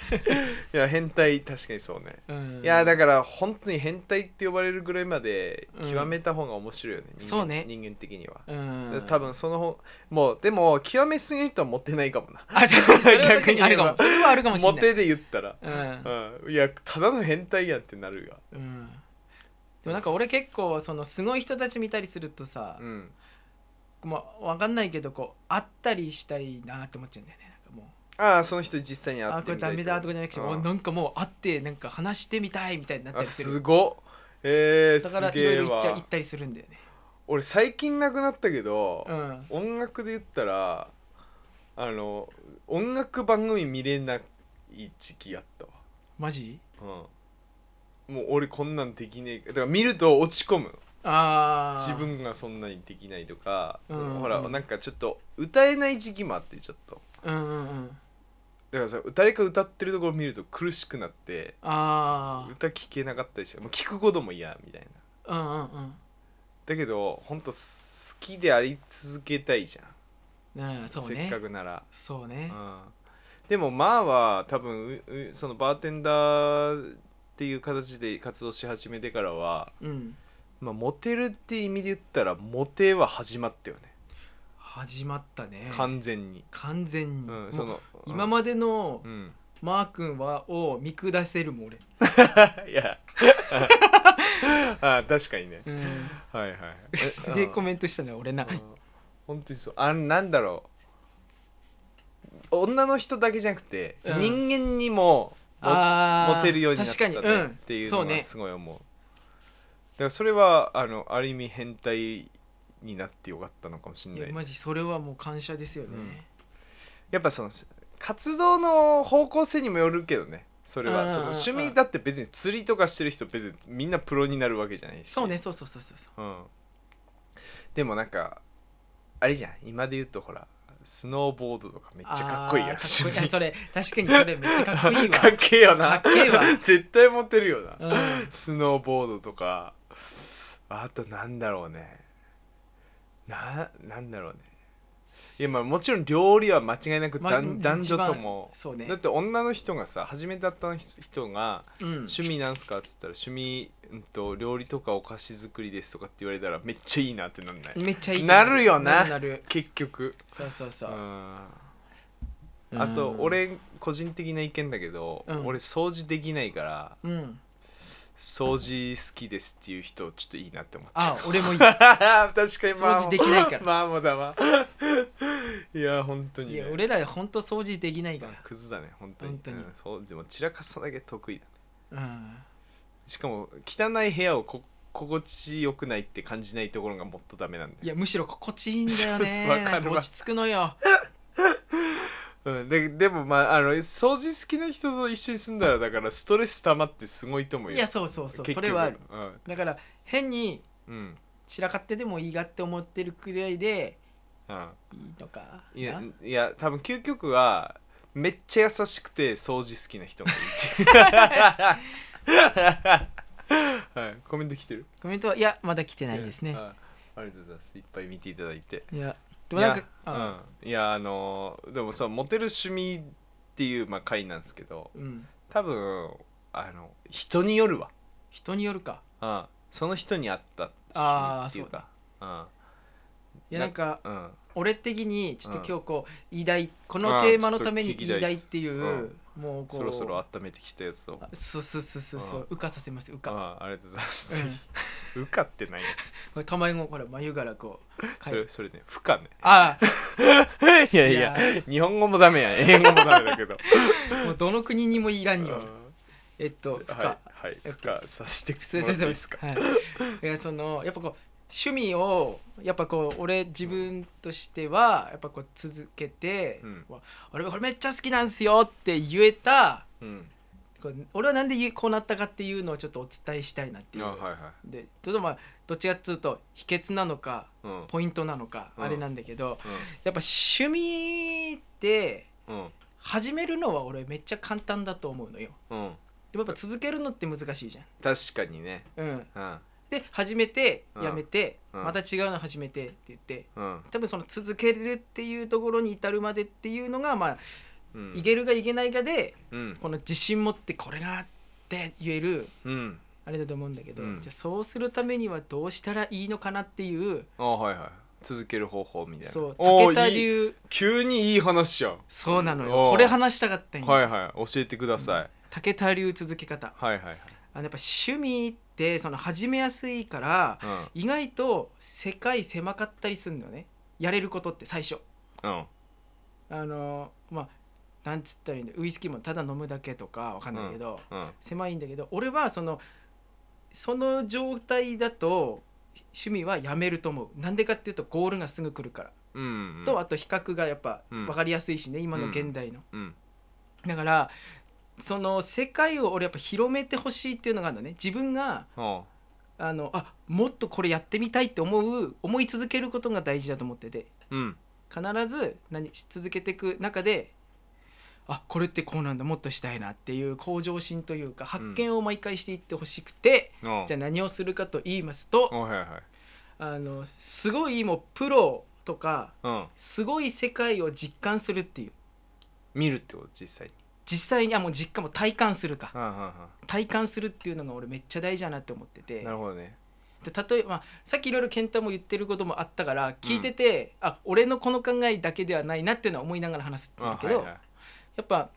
[SPEAKER 1] や変態確かにそうね
[SPEAKER 2] うん、
[SPEAKER 1] いやだから本当に変態って呼ばれるぐらいまで
[SPEAKER 2] うん
[SPEAKER 1] 極めた方が面白いよね、人間
[SPEAKER 2] そうね
[SPEAKER 1] 人間的には、
[SPEAKER 2] うん
[SPEAKER 1] 多分その方もうでも極めすぎる人はモテないかもな
[SPEAKER 2] あ確かにそれは確かにあるかも
[SPEAKER 1] 逆
[SPEAKER 2] それはあるかもしれ
[SPEAKER 1] モ
[SPEAKER 2] ない
[SPEAKER 1] テで言ったら、
[SPEAKER 2] う
[SPEAKER 1] うん、いやただの変態やんってなるが
[SPEAKER 2] ん、うん、でもなんか俺結構そのすごい人たち見たりするとさ
[SPEAKER 1] う、ん
[SPEAKER 2] まあわかんないけどこう会ったりしたいなって思っちゃうんだよねなんかも
[SPEAKER 1] ああその人実際に
[SPEAKER 2] う
[SPEAKER 1] 会
[SPEAKER 2] あ
[SPEAKER 1] っ
[SPEAKER 2] こ
[SPEAKER 1] て
[SPEAKER 2] れ
[SPEAKER 1] みた
[SPEAKER 2] ダ
[SPEAKER 1] い
[SPEAKER 2] メだとかじゃなくて、
[SPEAKER 1] うん
[SPEAKER 2] おなんかもう会ってなんか話してみたいみたいになった
[SPEAKER 1] あ
[SPEAKER 2] りす
[SPEAKER 1] す
[SPEAKER 2] る
[SPEAKER 1] ごっえー、
[SPEAKER 2] だから
[SPEAKER 1] す
[SPEAKER 2] いろ
[SPEAKER 1] げ
[SPEAKER 2] い
[SPEAKER 1] え
[SPEAKER 2] ろ行っちゃ行
[SPEAKER 1] わ
[SPEAKER 2] ったりするんだよね
[SPEAKER 1] 俺最近なくなったけど、
[SPEAKER 2] うん
[SPEAKER 1] 音楽で言ったらあの音楽番組見れない時期やった
[SPEAKER 2] マジ
[SPEAKER 1] わ、うん、もう俺こんなんできねえだから見ると落ち込む
[SPEAKER 2] ああ
[SPEAKER 1] 自分がそんなにできないとか、
[SPEAKER 2] うん
[SPEAKER 1] その
[SPEAKER 2] うん
[SPEAKER 1] ほらなんかちょっと歌えない時期もあってちょっと
[SPEAKER 2] うんうんうん
[SPEAKER 1] だからさ誰か歌ってるところ見ると苦しくなって
[SPEAKER 2] あ
[SPEAKER 1] 歌聴けなかったりしてもう聞くことも嫌みたいな
[SPEAKER 2] あうんうんうん
[SPEAKER 1] だけどほんと好きであり続けたいじゃん、
[SPEAKER 2] うんそう
[SPEAKER 1] せっ
[SPEAKER 2] ね
[SPEAKER 1] かくなら
[SPEAKER 2] そうね
[SPEAKER 1] うんでもまあは多分ううそのバーテンダーっていう形で活動し始めてからは、
[SPEAKER 2] うん
[SPEAKER 1] まあ、モテるっていう意味で言ったらモテは始まったよね、
[SPEAKER 2] 始まったね
[SPEAKER 1] 完全に、
[SPEAKER 2] 完全に、
[SPEAKER 1] うん、
[SPEAKER 2] もう
[SPEAKER 1] その
[SPEAKER 2] 今までの
[SPEAKER 1] で、うん、
[SPEAKER 2] マー君はを見下せるもん俺、
[SPEAKER 1] いや あ確かにね
[SPEAKER 2] うん、
[SPEAKER 1] はいは いえ
[SPEAKER 2] すげえ
[SPEAKER 1] うん
[SPEAKER 2] コメントしたね俺な
[SPEAKER 1] うん本当にそうあなんだろう女の人だけじゃなくて、
[SPEAKER 2] うん
[SPEAKER 1] 人間にもモ
[SPEAKER 2] あー
[SPEAKER 1] モテるようになった
[SPEAKER 2] 確かに、う
[SPEAKER 1] ね
[SPEAKER 2] ん、
[SPEAKER 1] っていう
[SPEAKER 2] そ
[SPEAKER 1] の
[SPEAKER 2] う
[SPEAKER 1] が
[SPEAKER 2] ね
[SPEAKER 1] すごい思う,、だからそれはあのある意味変態になってよかったのかもしれ
[SPEAKER 2] い
[SPEAKER 1] な
[SPEAKER 2] や
[SPEAKER 1] いや
[SPEAKER 2] マジそれはもう感謝ですよね、
[SPEAKER 1] うんっぱその活動の方向性にもよるけどねそれ
[SPEAKER 2] うんうん
[SPEAKER 1] は
[SPEAKER 2] うん
[SPEAKER 1] その趣味だって別に釣りとかしてる人別にみんなプロになるわけじゃないし
[SPEAKER 2] そうねそうそうそうそうそう
[SPEAKER 1] うん、でもなんかあれじゃん今で言うとほらスノーボードとかめっちゃかっこいいやん
[SPEAKER 2] あーかっこいいあ
[SPEAKER 1] 趣
[SPEAKER 2] それ確かにそれめっちゃかっこい
[SPEAKER 1] 味
[SPEAKER 2] いわ
[SPEAKER 1] かっけえよ
[SPEAKER 2] か
[SPEAKER 1] な
[SPEAKER 2] っけえわ、
[SPEAKER 1] 絶対モテるよな、
[SPEAKER 2] う ん、
[SPEAKER 1] スノーボードとかあとなんだろうねななんだろうねいやまあもちろん料理は間違いなく
[SPEAKER 2] まあ
[SPEAKER 1] 男男
[SPEAKER 2] 一
[SPEAKER 1] 女
[SPEAKER 2] 番
[SPEAKER 1] とも
[SPEAKER 2] そうね
[SPEAKER 1] だって女の人がさ初めて会った人が
[SPEAKER 2] うん、
[SPEAKER 1] 趣味なんすかっつったら趣味、うん、と料理とかお菓子作りですとかって言われたらめっちゃいいなってなんない
[SPEAKER 2] めっちゃいい
[SPEAKER 1] なるよな
[SPEAKER 2] なる
[SPEAKER 1] 結局
[SPEAKER 2] そうそうそうう、
[SPEAKER 1] んあと俺個人的な意見だけど、
[SPEAKER 2] うん
[SPEAKER 1] 俺掃除できないから
[SPEAKER 2] うん
[SPEAKER 1] 掃除好きですっていう人ちょっといいなって思っちゃ
[SPEAKER 2] あ俺もいいう
[SPEAKER 1] 確かにまあ
[SPEAKER 2] 掃除できないから
[SPEAKER 1] まあもだわいや本当に、ね、
[SPEAKER 2] いや俺ら本当掃除できないか
[SPEAKER 1] うんクズだね本当に
[SPEAKER 2] 本当に
[SPEAKER 1] うん、掃除も散らかすのだけ得意だ
[SPEAKER 2] らうん
[SPEAKER 1] しかも汚い部屋をこ心地よくないって感じないところがもっとダメなんだよ
[SPEAKER 2] いやむしろ心地いいんだよ
[SPEAKER 1] そ
[SPEAKER 2] ね
[SPEAKER 1] うそう わかるわ
[SPEAKER 2] なん落ち着くのよ
[SPEAKER 1] うん、ででもまああの掃除好きな人と一緒に住んだらだからストレス溜まってすごいと思う
[SPEAKER 2] い
[SPEAKER 1] よ
[SPEAKER 2] やそうそうそう
[SPEAKER 1] 結
[SPEAKER 2] そ
[SPEAKER 1] 局
[SPEAKER 2] れはある
[SPEAKER 1] うん
[SPEAKER 2] だから変に
[SPEAKER 1] うん
[SPEAKER 2] 散らかってでもいいがって思ってるくらいで
[SPEAKER 1] うん
[SPEAKER 2] いいのか
[SPEAKER 1] いや
[SPEAKER 2] ない
[SPEAKER 1] や多分究極はめっちゃ優しくて掃除好きな人もいるっていうはいコメント来てる
[SPEAKER 2] コメントはいやまだ来てないですね
[SPEAKER 1] あありがとうございますいっぱい見ていただいて
[SPEAKER 2] いやでもなん
[SPEAKER 1] い
[SPEAKER 2] か
[SPEAKER 1] や
[SPEAKER 2] あ
[SPEAKER 1] うん、いやあのでもそうモテる趣味っていう、まあ、回なんですけど
[SPEAKER 2] うん
[SPEAKER 1] 多分あの人によるわ
[SPEAKER 2] 人によるか
[SPEAKER 1] うん、その人に合った
[SPEAKER 2] あ
[SPEAKER 1] 趣
[SPEAKER 2] ー
[SPEAKER 1] 味っていうか
[SPEAKER 2] いやなんか
[SPEAKER 1] うんうん
[SPEAKER 2] 俺的にちょっと今日こう偉大こ
[SPEAKER 1] あ
[SPEAKER 2] の
[SPEAKER 1] あ
[SPEAKER 2] テーマのために
[SPEAKER 1] ちょっと聞
[SPEAKER 2] 偉
[SPEAKER 1] きたい
[SPEAKER 2] 大
[SPEAKER 1] っ
[SPEAKER 2] っ
[SPEAKER 1] す
[SPEAKER 2] ていう
[SPEAKER 1] うん
[SPEAKER 2] もうこう
[SPEAKER 1] そろそろ温めてきたやつを
[SPEAKER 2] あそうそうそうそうそう
[SPEAKER 1] うん
[SPEAKER 2] 羽化させます羽化
[SPEAKER 1] ああありがとうございます、うかってないよ
[SPEAKER 2] これたまにもうほら眉からこうか
[SPEAKER 1] そ
[SPEAKER 2] い
[SPEAKER 1] れそれね不可ね
[SPEAKER 2] あ
[SPEAKER 1] いやいや
[SPEAKER 2] い
[SPEAKER 1] 日本語もダメ やん英語もダメだけど
[SPEAKER 2] あもうどの国にもいらんよ
[SPEAKER 1] うん
[SPEAKER 2] えっと不可
[SPEAKER 1] はい、はい、
[SPEAKER 2] OK
[SPEAKER 1] 不可させて
[SPEAKER 2] 失礼
[SPEAKER 1] もらっ
[SPEAKER 2] し
[SPEAKER 1] ていい
[SPEAKER 2] ま
[SPEAKER 1] ですすか
[SPEAKER 2] はい、 いやそのやっぱこう趣味をやっぱこう俺自分としてはやっぱこう続けて、
[SPEAKER 1] うん
[SPEAKER 2] わ俺これめっちゃ好きなんすよって言えた
[SPEAKER 1] うん
[SPEAKER 2] こう俺はなんで言うこうなったかっていうのをちょっとお伝えしたいなって
[SPEAKER 1] あ
[SPEAKER 2] いう。
[SPEAKER 1] はいはい
[SPEAKER 2] でちょっとまあどっちかっつうと秘訣なのか
[SPEAKER 1] うん
[SPEAKER 2] ポイントなのか、
[SPEAKER 1] うん
[SPEAKER 2] あれなんだけどやっぱ趣味って
[SPEAKER 1] うんうん
[SPEAKER 2] 始めるのは俺めっちゃ簡単だと思うのよ。
[SPEAKER 1] うん
[SPEAKER 2] でもやっぱ続けるのって難しいじ
[SPEAKER 1] 確かにね
[SPEAKER 2] ゃん。うん、
[SPEAKER 1] うん
[SPEAKER 2] で始めて
[SPEAKER 1] うん
[SPEAKER 2] やめて、
[SPEAKER 1] うん
[SPEAKER 2] また違うの始めてって言って
[SPEAKER 1] うん
[SPEAKER 2] 多分その続けるっていうところに至るまでっていうのがまあ、
[SPEAKER 1] うん
[SPEAKER 2] いけるがいけないかで
[SPEAKER 1] うん
[SPEAKER 2] この自信持ってこれがって言える
[SPEAKER 1] うん
[SPEAKER 2] あれだと思うんだけど、
[SPEAKER 1] うん
[SPEAKER 2] じゃあそうするためにはどうしたらいいのかなっていう
[SPEAKER 1] あはいはい続ける方法みたいな
[SPEAKER 2] そう
[SPEAKER 1] おー
[SPEAKER 2] 武田
[SPEAKER 1] いい
[SPEAKER 2] 流
[SPEAKER 1] 急にいい話やん
[SPEAKER 2] そうなの
[SPEAKER 1] お
[SPEAKER 2] よ
[SPEAKER 1] う
[SPEAKER 2] これ話したかったんよ、
[SPEAKER 1] はいはい教えてください、
[SPEAKER 2] 武田流続け方
[SPEAKER 1] はいはいはい
[SPEAKER 2] あのやっぱ趣味ってその始めやすいから
[SPEAKER 1] うん
[SPEAKER 2] 意外と世界狭かったりするのねやれることって最初。
[SPEAKER 1] うん
[SPEAKER 2] あのまあなんつったらいいんだウイスキーもただ飲むだけとかわかんないけど、
[SPEAKER 1] うん
[SPEAKER 2] 狭いんだけど俺はそのその状態だと趣味はやめると思うなんでかっていうとゴールがすぐ来るから、
[SPEAKER 1] うんうん
[SPEAKER 2] とあと比較がやっぱ
[SPEAKER 1] うん
[SPEAKER 2] 分かりやすいしね、今の現代の、
[SPEAKER 1] うん
[SPEAKER 2] だからその世界を俺やっぱ広めてほしいっていうのがあるんだね自分が
[SPEAKER 1] うん
[SPEAKER 2] あのあもっとこれやってみたいって思う思い続けることが大事だと思ってて
[SPEAKER 1] うん
[SPEAKER 2] 必ず何続けていく中であこれってこうなんだもっとしたいなっていう向上心というか発見を毎回していってほしくて、
[SPEAKER 1] うん
[SPEAKER 2] じゃあ何をするかと言いますと、
[SPEAKER 1] はいはいはい
[SPEAKER 2] あのすごいもうプロとか
[SPEAKER 1] うん
[SPEAKER 2] すごい世界を実感するっていう
[SPEAKER 1] 見るってこと実際に
[SPEAKER 2] 実際にあもう実感も体感するか
[SPEAKER 1] うんうん
[SPEAKER 2] 体感するっていうのが俺めっちゃ大事だなって思って
[SPEAKER 1] う
[SPEAKER 2] て
[SPEAKER 1] んなるほどね
[SPEAKER 2] で例えば、まあさっきいろいろ健太も言ってることもあったから聞いてて、あ俺のこの考えだけではないなっていうのは思いながら話すって言う
[SPEAKER 1] あ
[SPEAKER 2] け
[SPEAKER 1] は
[SPEAKER 2] ど。
[SPEAKER 1] いはい
[SPEAKER 2] やっぱ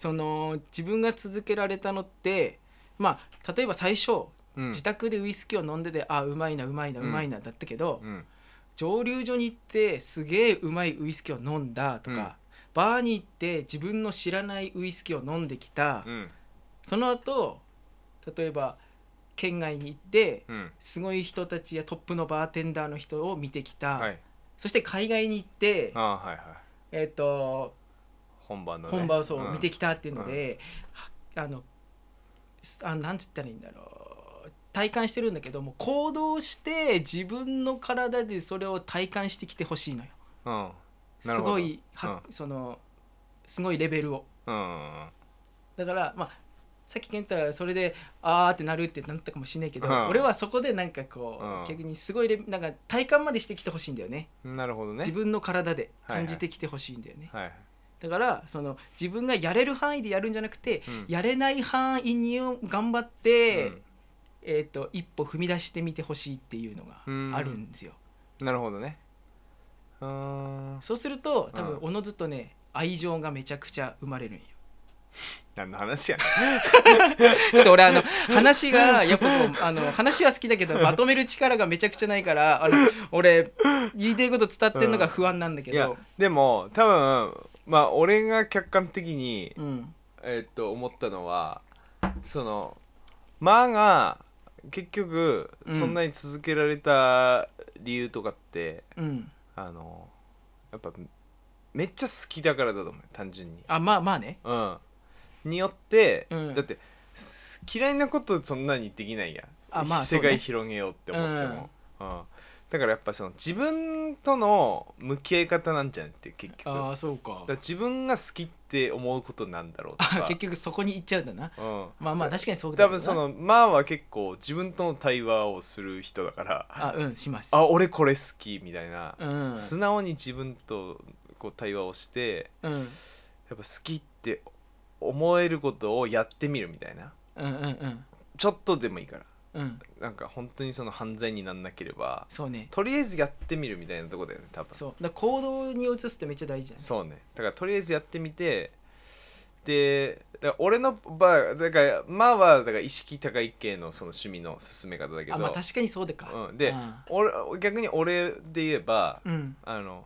[SPEAKER 2] その自分が続けられたのってまあ例えば最初
[SPEAKER 1] うん
[SPEAKER 2] 自宅でウイスキーを飲んでて、あうまいなうまいなう
[SPEAKER 1] うん
[SPEAKER 2] まいなだったけど、
[SPEAKER 1] うん
[SPEAKER 2] 蒸留所に行ってすげえうまいウイスキーを飲んだとか、
[SPEAKER 1] うん
[SPEAKER 2] バーに行って自分の知らないウイスキーを飲んできた、
[SPEAKER 1] うん
[SPEAKER 2] その後例えば県外に行って
[SPEAKER 1] うん
[SPEAKER 2] すごい人たちやトップのバーテンダーの人を見てきた、
[SPEAKER 1] はい
[SPEAKER 2] そして海外に行って
[SPEAKER 1] あ、はいはい
[SPEAKER 2] えっと
[SPEAKER 1] 本番のね
[SPEAKER 2] 本場をそう見て
[SPEAKER 1] き
[SPEAKER 2] きたっていうので、はあのすあなんつったらいいんだろう体感してるんだけども行動して自分の体でそれを体感してきてほしいのよ
[SPEAKER 1] うんな
[SPEAKER 2] す
[SPEAKER 1] るほど
[SPEAKER 2] ごいは、そのすごいレベルを
[SPEAKER 1] うんうん
[SPEAKER 2] だからまあさっき健太はそれであーってなるってなったかもしれないけど、
[SPEAKER 1] うん
[SPEAKER 2] 俺はそこでなんかこう、
[SPEAKER 1] うん
[SPEAKER 2] 逆にすごいレベなんか体感までしてきてほしいんだよね
[SPEAKER 1] うんなるほどね
[SPEAKER 2] 自分の体で感じてきてほしいんだよね、
[SPEAKER 1] はい
[SPEAKER 2] だからその自分がやれる範囲でやるんじゃなくて、
[SPEAKER 1] うん
[SPEAKER 2] やれない範囲に頑張って、
[SPEAKER 1] うん
[SPEAKER 2] えー、と一歩踏み出してみてほしいっていうのがあるんですよ。
[SPEAKER 1] なるほどねうーん
[SPEAKER 2] そうすると多
[SPEAKER 1] う
[SPEAKER 2] 分
[SPEAKER 1] ん
[SPEAKER 2] おのずとね愛情がめちゃくちゃ生まれるんよ。
[SPEAKER 1] 何の話やね
[SPEAKER 2] ちょっ と俺あの話がやっぱこうあの話は好きだけどまとめる力がめちゃくちゃないからあの俺言いたいこと伝ってんのが不安なんだけ
[SPEAKER 1] いや
[SPEAKER 2] ど。
[SPEAKER 1] でも多分まあ俺が客観的に
[SPEAKER 2] うん
[SPEAKER 1] えーっと思ったのはそのまあが結局
[SPEAKER 2] うん
[SPEAKER 1] そんなに続けられた理由とかって、
[SPEAKER 2] うん
[SPEAKER 1] あのやっぱめっちゃ好きだからだと思う単純に。
[SPEAKER 2] あまあまあね
[SPEAKER 1] うん、によって、
[SPEAKER 2] うん
[SPEAKER 1] だってす嫌いなことそんなにできないやん
[SPEAKER 2] あまあ
[SPEAKER 1] 世
[SPEAKER 2] そう
[SPEAKER 1] 界
[SPEAKER 2] ね
[SPEAKER 1] 広げようって思っても、うんだからやっぱその自分との向き合い方なんじゃんって結局だ
[SPEAKER 2] あ
[SPEAKER 1] か
[SPEAKER 2] あそうから
[SPEAKER 1] 自分が好きって思うことなんだろうと
[SPEAKER 2] あ
[SPEAKER 1] か
[SPEAKER 2] 結局そこに行っちゃうんだな
[SPEAKER 1] うん、
[SPEAKER 2] まあまあ確かにそう
[SPEAKER 1] 多
[SPEAKER 2] だよな
[SPEAKER 1] 分そのまあは結構自分との対話をする人だからあ
[SPEAKER 2] あうんします
[SPEAKER 1] 俺これ好きみたいな、
[SPEAKER 2] うん
[SPEAKER 1] 素直に自分とこう対話をして
[SPEAKER 2] うん
[SPEAKER 1] やっぱ好きって思えることをやってみるみたいな
[SPEAKER 2] うんうんうん
[SPEAKER 1] ちょっとでもいいから
[SPEAKER 2] うん
[SPEAKER 1] なんか本当にその犯罪になんなければ
[SPEAKER 2] そうね
[SPEAKER 1] とりあえずやってみるみたいなとこだよね多分
[SPEAKER 2] そうだから行動に移すってめっちゃ大事じゃん
[SPEAKER 1] そうねだからとりあえずやってみてでだから俺の場合だからまあはだから意識高い系のその趣味の進め方だけど
[SPEAKER 2] あまあ確かにそうでか
[SPEAKER 1] うん、で、俺逆に俺で言えば、
[SPEAKER 2] うん
[SPEAKER 1] あの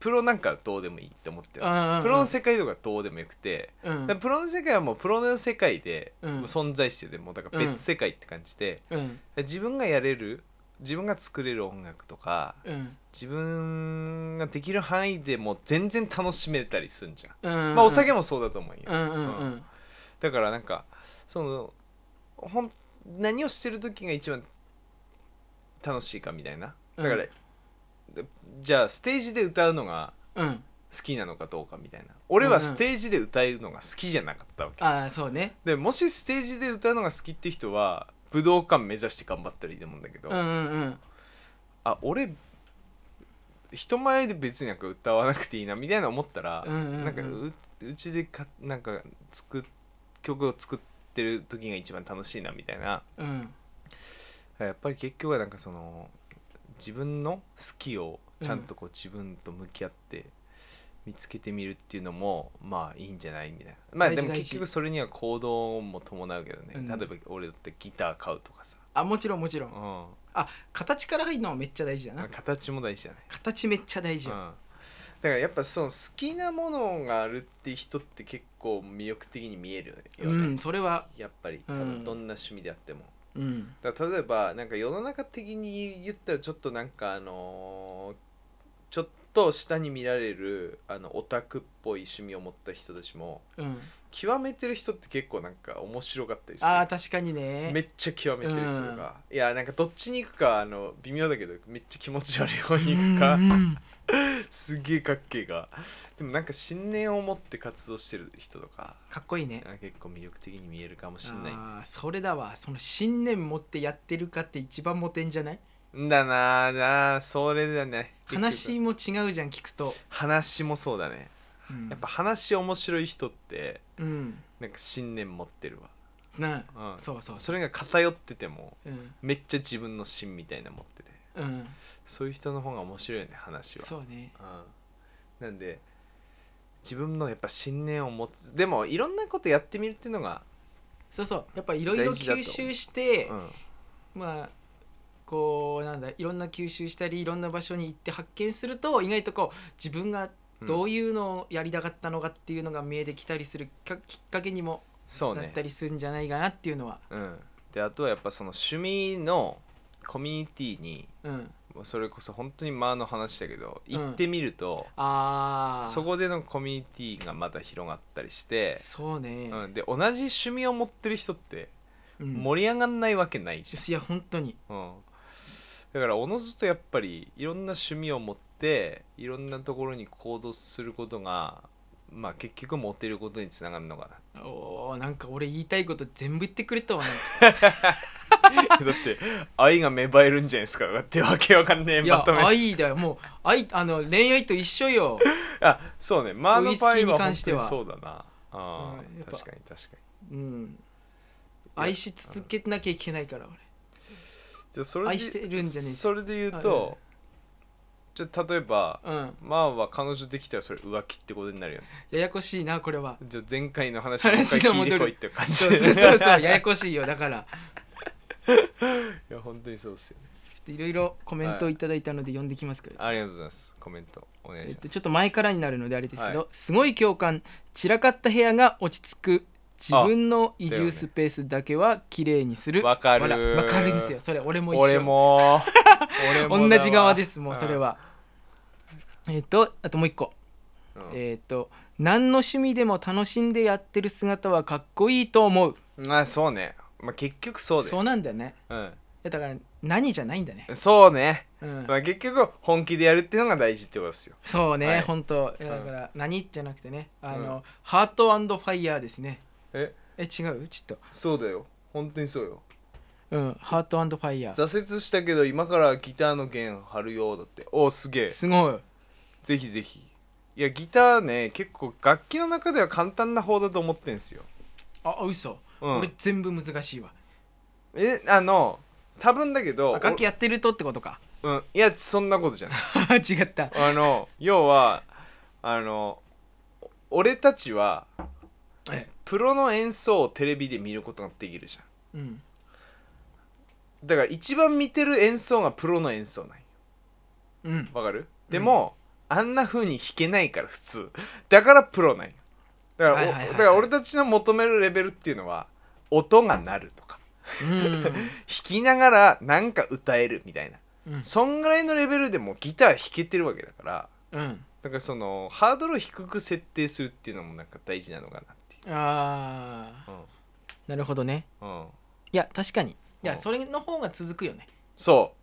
[SPEAKER 1] プロなんかどうでもいいって思ってるプ
[SPEAKER 2] プ
[SPEAKER 1] ロの世界とかどうでもよくて、
[SPEAKER 2] うん
[SPEAKER 1] だからプロの世界はもうプロの世界で
[SPEAKER 2] うん
[SPEAKER 1] 存在してて、もうだから別世界って感じで、
[SPEAKER 2] うん
[SPEAKER 1] 自分がやれる自分が作れる音楽とか
[SPEAKER 2] うん
[SPEAKER 1] 自分ができる範囲でもう全然楽しめたりすんじゃ
[SPEAKER 2] うん
[SPEAKER 1] ん、まあお酒
[SPEAKER 2] も
[SPEAKER 1] もそうだと思うよ、
[SPEAKER 2] うんうんうん
[SPEAKER 1] だからなんかそのほん何をしてる時が一番楽しいかみたいなだから、でじゃあステージで歌うのが
[SPEAKER 2] うん
[SPEAKER 1] 好きなのかどうかみたいな俺は
[SPEAKER 2] うんうん
[SPEAKER 1] ステージで歌うのが好きじゃなかったわけ、
[SPEAKER 2] ああそうね
[SPEAKER 1] でもしステージで歌うのが好きって人は武道館目指して頑張ったらいいと思うんだけど、
[SPEAKER 2] うんうんうん
[SPEAKER 1] あ俺人前で別になんか歌わなくていいなみたいな思ったら、
[SPEAKER 2] うんうんうん
[SPEAKER 1] なんかううちでかなんか作っ曲を作ってる時が一番楽しいなみたいな
[SPEAKER 2] うん
[SPEAKER 1] やっぱり結局はなんかその自分の好きをちゃんとこう自分と向き合って見つけてみるっていうのもまあいいんじゃないみたいなまあで
[SPEAKER 2] 大事
[SPEAKER 1] も
[SPEAKER 2] 大事
[SPEAKER 1] 結局それには行動も伴うけどね、
[SPEAKER 2] うん
[SPEAKER 1] 例えば俺だってギター買うとかさ、
[SPEAKER 2] あもちろんもちろ
[SPEAKER 1] うんん
[SPEAKER 2] あ形から入るのはめっちゃ大事だ
[SPEAKER 1] まあ
[SPEAKER 2] な
[SPEAKER 1] 形も大事じゃない
[SPEAKER 2] 形めっちゃ大事よ
[SPEAKER 1] うん、だからやっぱその好きなものがあるって人って結構魅力的に見えるよね、
[SPEAKER 2] うんそれは
[SPEAKER 1] やっぱり多
[SPEAKER 2] うん
[SPEAKER 1] 分どんな趣味であっても、
[SPEAKER 2] うん
[SPEAKER 1] だから例えばなんか世の中的に言ったらちょっとなんかあのーちょっと下に見られるあのオタクっぽい趣味を持った人たちも
[SPEAKER 2] うん
[SPEAKER 1] 極めてる人って結構なんか面白かったりする
[SPEAKER 2] ああ確かにね
[SPEAKER 1] めっちゃ極めてる人とか、いやなんかどっちに行くかあの微妙だけどめっちゃ気持ち悪い方に行くか、
[SPEAKER 2] うんうん
[SPEAKER 1] すげえかっけえがでもなんか信念を持って活動してる人とか
[SPEAKER 2] かっこいいね
[SPEAKER 1] あ結構魅力的に見えるかもしんない
[SPEAKER 2] あーそれだわその信念持ってやってるかって一番モテんじゃない
[SPEAKER 1] んだなあなあそれだね結
[SPEAKER 2] 話
[SPEAKER 1] 局
[SPEAKER 2] も違うじゃん聞くと、
[SPEAKER 1] 話もそうだね
[SPEAKER 2] うん
[SPEAKER 1] やっぱ話面白い人って
[SPEAKER 2] うん
[SPEAKER 1] なんか信念持ってる
[SPEAKER 2] なあ
[SPEAKER 1] わ、うん、
[SPEAKER 2] そうそう
[SPEAKER 1] それが偏ってても
[SPEAKER 2] うん
[SPEAKER 1] めっちゃ自分の芯みたいなの持ってて
[SPEAKER 2] うん
[SPEAKER 1] そういう人の方が面白いよね話は
[SPEAKER 2] そうね
[SPEAKER 1] うん、なんで自分のやっぱ信念を持つでもいろんなことやってみるっていうのが、
[SPEAKER 2] そうそうやっぱいろいろ
[SPEAKER 1] 大事だと
[SPEAKER 2] 吸収して、
[SPEAKER 1] うん、
[SPEAKER 2] まあこうなんだいろんな吸収したりいろんな場所に行って発見すると意外とこう自分がどういうのをやりたかったのかっていうのが見えてきたりするかきっかけにも
[SPEAKER 1] そう
[SPEAKER 2] なっ
[SPEAKER 1] ね
[SPEAKER 2] たりするんじゃないかなっていうのは
[SPEAKER 1] うん、であとはやっぱその趣味のコミュニティに
[SPEAKER 2] うん
[SPEAKER 1] もうそれこそ本当に間の話だけど
[SPEAKER 2] うん
[SPEAKER 1] 行ってみると、
[SPEAKER 2] ああ
[SPEAKER 1] そこでのコミュニティがまた広がったりして、
[SPEAKER 2] そうね、
[SPEAKER 1] うん、で同じ趣味を持ってる人って
[SPEAKER 2] うん
[SPEAKER 1] 盛り上がんないわけないじ
[SPEAKER 2] いや本当に
[SPEAKER 1] ゃん、うん、だからおのずとやっぱりいろんな趣味を持っていろんなところに行動することがまあ結局モテることにつながるのか な
[SPEAKER 2] おーなんか俺言いたいこと全部言ってくれたわなん
[SPEAKER 1] だ
[SPEAKER 2] か
[SPEAKER 1] って愛が芽生えるんじゃないですかだってわけわかんねえ
[SPEAKER 2] い
[SPEAKER 1] ま
[SPEAKER 2] や
[SPEAKER 1] とめて
[SPEAKER 2] 愛だよもう愛あの恋愛と一緒よ、
[SPEAKER 1] あそうねマーの場合
[SPEAKER 2] ウイ
[SPEAKER 1] は
[SPEAKER 2] スキーに
[SPEAKER 1] 本
[SPEAKER 2] 関し
[SPEAKER 1] 当
[SPEAKER 2] て
[SPEAKER 1] に
[SPEAKER 2] は
[SPEAKER 1] そうだなあー、
[SPEAKER 2] うんやっぱ
[SPEAKER 1] 確かに確かに
[SPEAKER 2] うん、愛し続けなきゃいけないから俺
[SPEAKER 1] じゃあそれで
[SPEAKER 2] 愛してるんじゃねえし
[SPEAKER 1] それで言う
[SPEAKER 2] はいはいは
[SPEAKER 1] とじゃあ例えば
[SPEAKER 2] うん、
[SPEAKER 1] マーは彼女できたらそれ浮気ってことになるよね
[SPEAKER 2] ややこしいなこ れは
[SPEAKER 1] じゃあ前回の話もう一回
[SPEAKER 2] 話が
[SPEAKER 1] 聞い
[SPEAKER 2] 戻
[SPEAKER 1] て
[SPEAKER 2] る
[SPEAKER 1] こいって感じ
[SPEAKER 2] そう
[SPEAKER 1] で
[SPEAKER 2] そうそうそうやや
[SPEAKER 1] い
[SPEAKER 2] こしいよだから
[SPEAKER 1] や本当にそうですよね
[SPEAKER 2] ちょっといろいろコメントをいただいたので読んできますけど、
[SPEAKER 1] ありがとうございますコメントお願い
[SPEAKER 2] え
[SPEAKER 1] し
[SPEAKER 2] っ
[SPEAKER 1] ます
[SPEAKER 2] と、ちょっと前からになるのであれですけど、
[SPEAKER 1] は
[SPEAKER 2] すごい共感散らかった部屋が落ち着く自分の移住スペースだけは綺麗にする
[SPEAKER 1] わかる
[SPEAKER 2] ほらわかるんですよそれ俺も一緒
[SPEAKER 1] 俺も俺 もだ
[SPEAKER 2] 同
[SPEAKER 1] わ
[SPEAKER 2] じ側ですもうそれ、は、えっとあともう一個
[SPEAKER 1] うん
[SPEAKER 2] えっと何の趣味でも楽しんでやってる姿はかっこいいと思う
[SPEAKER 1] まあそうね、まあ、結局そう
[SPEAKER 2] そう
[SPEAKER 1] で
[SPEAKER 2] なんだよね
[SPEAKER 1] うん、
[SPEAKER 2] いやだから何じゃないんだね、
[SPEAKER 1] そうね、
[SPEAKER 2] うん
[SPEAKER 1] まあ、結局本気でやるっていうのが大事ってことですよ
[SPEAKER 2] そうね、
[SPEAKER 1] はい
[SPEAKER 2] 本当いやだから何じゃなくてねあの、ハートファイヤーですね
[SPEAKER 1] え
[SPEAKER 2] え違うちょっ
[SPEAKER 1] そうだよ本当にそうよ
[SPEAKER 2] とうんハートファイヤー
[SPEAKER 1] 挫折したけど今からギターの弦張るよだっておおすげえ
[SPEAKER 2] すごい
[SPEAKER 1] ぜひぜひいやギターね結構楽器の中では簡単な方だと思ってんすよ、
[SPEAKER 2] あ嘘、
[SPEAKER 1] うん、
[SPEAKER 2] 俺全部難しいわ
[SPEAKER 1] えあの多分だけど
[SPEAKER 2] あ楽器やってるとってことか
[SPEAKER 1] おうん、いやそんなことじゃ ない
[SPEAKER 2] 違った
[SPEAKER 1] あの要はあのお俺たちは
[SPEAKER 2] え
[SPEAKER 1] プロの演奏をテレビで見ることができるじゃ
[SPEAKER 2] うん
[SPEAKER 1] んだから一番見てる演奏がプロの演奏なんよ
[SPEAKER 2] うん
[SPEAKER 1] わかるでも、あんな風に弾けないから普通だからプロなんよだから,、
[SPEAKER 2] はいはいはいはい
[SPEAKER 1] だから俺たちの求めるレベルっていうのは音が鳴るとか
[SPEAKER 2] うん
[SPEAKER 1] 弾きながらなんか歌えるみたいな
[SPEAKER 2] うん
[SPEAKER 1] そんぐらいのレベルでもうギター弾けてるわけだから
[SPEAKER 2] うん
[SPEAKER 1] だからそのハードルを低く設定するっていうのもなんか大事なのかなってい
[SPEAKER 2] あー
[SPEAKER 1] う、
[SPEAKER 2] なるほどね
[SPEAKER 1] うんうん、
[SPEAKER 2] いや確かにいや
[SPEAKER 1] うん
[SPEAKER 2] それの方が続くよね
[SPEAKER 1] そう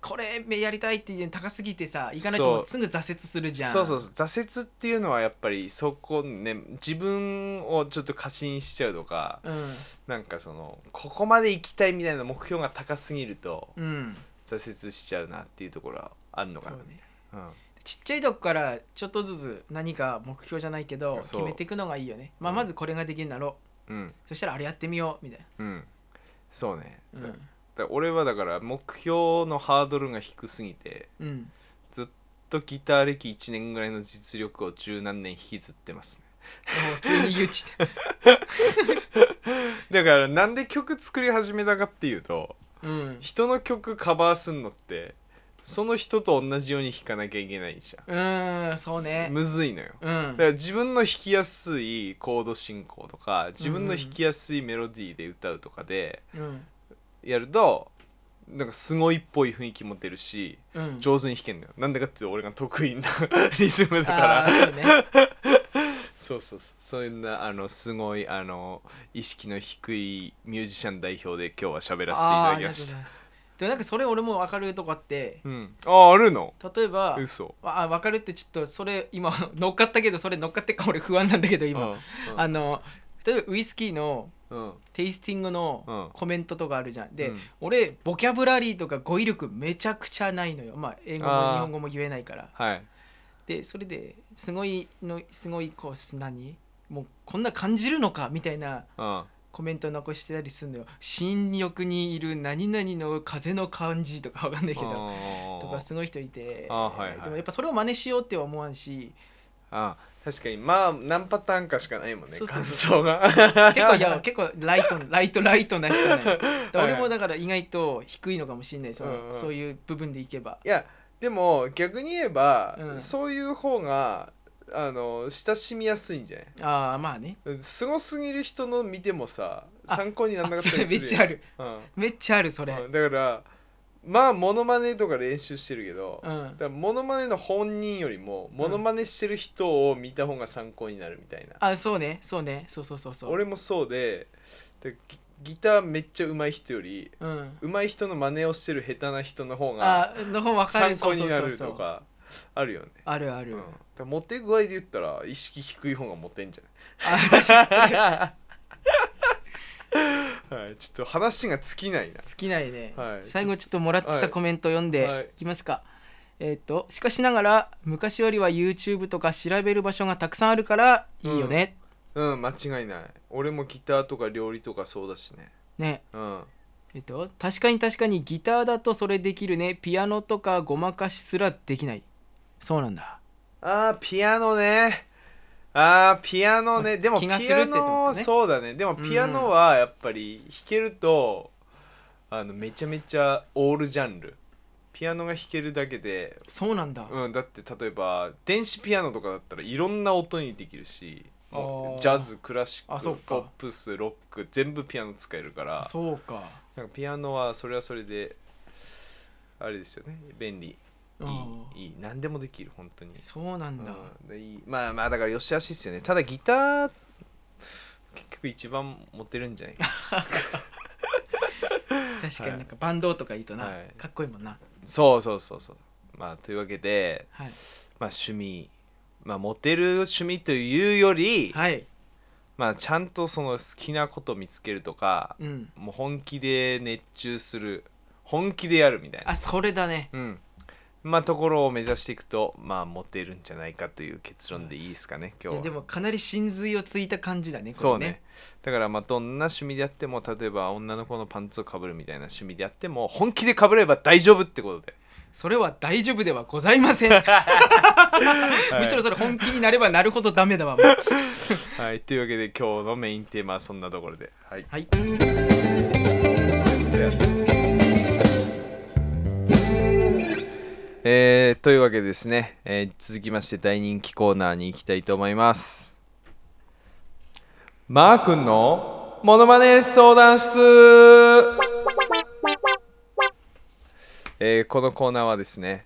[SPEAKER 2] これやりたいっていうの高すぎてさ行かないともうすぐ挫折するじゃん
[SPEAKER 1] そうそうそう挫折っていうのはやっぱりそこね自分をちょっと過信しちゃうとか
[SPEAKER 2] うん
[SPEAKER 1] なんかそのここまで行きたいみたいな目標が高すぎると
[SPEAKER 2] うん
[SPEAKER 1] 挫折しちゃうなっていうところはあるのかな
[SPEAKER 2] そうね
[SPEAKER 1] うん
[SPEAKER 2] ちっちゃいとこからちょっとずつ何か目標じゃないけど決
[SPEAKER 1] そう
[SPEAKER 2] めていくのがいいよね、まあ、
[SPEAKER 1] うん
[SPEAKER 2] まずこれができるんだろ
[SPEAKER 1] うん
[SPEAKER 2] うそしたらあれやってみようみたい
[SPEAKER 1] うんそうね、
[SPEAKER 2] な
[SPEAKER 1] だ
[SPEAKER 2] う
[SPEAKER 1] だから俺はだから目標のハードルが低すぎて
[SPEAKER 2] ん、うん、
[SPEAKER 1] ずっとギター歴1年ぐらいの実力を十何年引きずってますね
[SPEAKER 2] 急に誘致 で
[SPEAKER 1] だからなんで曲作り始めたかっていうと
[SPEAKER 2] うん
[SPEAKER 1] 人の曲カバーすんのってその人と同じように弾かなきゃいけないじ
[SPEAKER 2] うーんそう
[SPEAKER 1] ゃ
[SPEAKER 2] ね
[SPEAKER 1] んむずいのよ
[SPEAKER 2] うん
[SPEAKER 1] だから自分の弾きやすいコード進行とか自分の弾きやすいメロディーで歌うとかで
[SPEAKER 2] うん
[SPEAKER 1] やるとなんかすごいっぽい雰囲気も出るし
[SPEAKER 2] うん
[SPEAKER 1] 上手に弾けんのよなんでかっていうと俺が得意な リズムだから
[SPEAKER 2] あー そうね
[SPEAKER 1] そうそうそうそんなあのすごいあの意識の低いミュージシャン代表で今日は喋らせていた
[SPEAKER 2] あーあ
[SPEAKER 1] だきま
[SPEAKER 2] りがとうご
[SPEAKER 1] し
[SPEAKER 2] ざ
[SPEAKER 1] た
[SPEAKER 2] いますでもなんかそれ俺も分かるとこあって
[SPEAKER 1] うん、あーあるの
[SPEAKER 2] 例えば
[SPEAKER 1] 嘘
[SPEAKER 2] あ分かるってちょっとそれ今 乗っかったけどそれ乗っかってっか俺不安なんだけど今、
[SPEAKER 1] うん
[SPEAKER 2] あの例えばウイスキーの
[SPEAKER 1] うん
[SPEAKER 2] テイスティングの
[SPEAKER 1] うん
[SPEAKER 2] コメントとかあるじゃんで、
[SPEAKER 1] うん
[SPEAKER 2] 俺ボキャブラリーとか語彙力めちゃくちゃないのよまあ英語
[SPEAKER 1] あー
[SPEAKER 2] も日本語も言えないから
[SPEAKER 1] はい
[SPEAKER 2] でそれですごいのすごいこうす何もうこんな感じるのかみたいな
[SPEAKER 1] うん
[SPEAKER 2] コメント残してたりするのよ新翼にいる何々の風の感じとかわかんないけどとかすごい人いて
[SPEAKER 1] あーはいはい
[SPEAKER 2] でもやっぱそれを真似しようっては思わんし
[SPEAKER 1] あ確かにまあ何パターンかしかないもんね
[SPEAKER 2] そうそう
[SPEAKER 1] 感
[SPEAKER 2] そ
[SPEAKER 1] 想
[SPEAKER 2] う
[SPEAKER 1] が
[SPEAKER 2] 結構いや結構ライトライトライトな人なのよだから俺
[SPEAKER 1] は
[SPEAKER 2] も
[SPEAKER 1] い
[SPEAKER 2] だから意外と低いのかもしれないその、
[SPEAKER 1] うんうん
[SPEAKER 2] そういう部分でいけば
[SPEAKER 1] いやでも逆に言えば、
[SPEAKER 2] うん
[SPEAKER 1] そういう方があの親しみやすいんじゃない
[SPEAKER 2] ああまあね
[SPEAKER 1] すごすぎる人の見てもさ
[SPEAKER 2] あ
[SPEAKER 1] 参考にならなかっ
[SPEAKER 2] あ
[SPEAKER 1] た
[SPEAKER 2] そ
[SPEAKER 1] り
[SPEAKER 2] れ
[SPEAKER 1] す
[SPEAKER 2] め
[SPEAKER 1] る
[SPEAKER 2] っちゃあ
[SPEAKER 1] る、
[SPEAKER 2] る
[SPEAKER 1] うん
[SPEAKER 2] めっちゃあるそれ、
[SPEAKER 1] うんだからまあモノマネとか練習してるけど、
[SPEAKER 2] うん
[SPEAKER 1] だからモノマネの本人よりもモノマネしてる人を見た方が参考になるみたいな、
[SPEAKER 2] あそうねそうねそうそうそうそう
[SPEAKER 1] 俺もそうででギギターめっちゃ上手い人より
[SPEAKER 2] うん
[SPEAKER 1] 上手い人の真似をしてる下手な人の方が
[SPEAKER 2] あの方分か
[SPEAKER 1] 参
[SPEAKER 2] る
[SPEAKER 1] 考になると
[SPEAKER 2] そうそうそうそう
[SPEAKER 1] かあるよね。
[SPEAKER 2] あるある、
[SPEAKER 1] うん、だからモテ具合で言ったら意識低い方 がモテんじ
[SPEAKER 2] あ確かに
[SPEAKER 1] ゃない、はい、ちょっと話が尽きないな。
[SPEAKER 2] 尽きないね、
[SPEAKER 1] はい
[SPEAKER 2] 最後ちょっともらって
[SPEAKER 1] はい
[SPEAKER 2] たコメント読ん
[SPEAKER 1] は
[SPEAKER 2] で
[SPEAKER 1] い
[SPEAKER 2] いきますか、えっ、としかしながら昔よりは YouTube とか調べる場所がたくさんあるからいいよね、
[SPEAKER 1] うん間違いない。俺もギターとか料理とかそうだしね。
[SPEAKER 2] ね
[SPEAKER 1] うん
[SPEAKER 2] えっ、と確かに確かにギターだとそれできるねピアノとかごまかしすらできないそうなんだ
[SPEAKER 1] あーピアノねあーピアノねでも
[SPEAKER 2] 気
[SPEAKER 1] ピ
[SPEAKER 2] がする
[SPEAKER 1] ア
[SPEAKER 2] って言って
[SPEAKER 1] ノ
[SPEAKER 2] ますかね
[SPEAKER 1] そうだねでもピアノはやっぱり弾けると、あのめちゃめちゃオールジャンルピアノが弾けるだけで、
[SPEAKER 2] そうなんだ、
[SPEAKER 1] うん、だって例えば電子ピアノとかだったらいろんな音にできるし
[SPEAKER 2] あ
[SPEAKER 1] も
[SPEAKER 2] ー
[SPEAKER 1] うジャズクラシッ
[SPEAKER 2] あそっ
[SPEAKER 1] ク
[SPEAKER 2] か
[SPEAKER 1] ポップスロック全部ピアノ使えるから
[SPEAKER 2] そうか
[SPEAKER 1] なんかピアノはそれはそれであれですよね便利い
[SPEAKER 2] うん
[SPEAKER 1] いいい何でもできる本当に
[SPEAKER 2] そうなんだ、
[SPEAKER 1] うんでいいまあまあだからよしあしっすよねただギター結局一番持ってるんじゃ ない
[SPEAKER 2] 確かになんかバンドとかいいとな、
[SPEAKER 1] はい
[SPEAKER 2] かっこいいもんな
[SPEAKER 1] そうそうそうそうまあというわけで
[SPEAKER 2] はい、
[SPEAKER 1] まあ趣味まあモテる趣味というより、
[SPEAKER 2] はい、
[SPEAKER 1] まあちゃんとその好きなこと見つけるとか
[SPEAKER 2] うん
[SPEAKER 1] もう本気で熱中する本気でやるみたいな
[SPEAKER 2] あそれだね
[SPEAKER 1] うんまあところを目指していくとまあモテるんじゃないかという結論でいいですかね今日
[SPEAKER 2] いや
[SPEAKER 1] は
[SPEAKER 2] でもかなり真髄をついた感じだねこれ
[SPEAKER 1] そうねだからまあどんな趣味であっても例えば女の子のパンツをかぶるみたいな趣味であっても本気でかぶれば大丈夫ってことで、
[SPEAKER 2] それは大丈夫ではございません むしろそれ本気になればなるほどダメだわもう
[SPEAKER 1] はい、というわけで今日のメインテーマはそんなところではい
[SPEAKER 2] はい
[SPEAKER 1] えーというわけでですね、えー続きまして大人気コーナーに行きたいと思いますマー君のモノマネ相談室えーこのコーナーはですね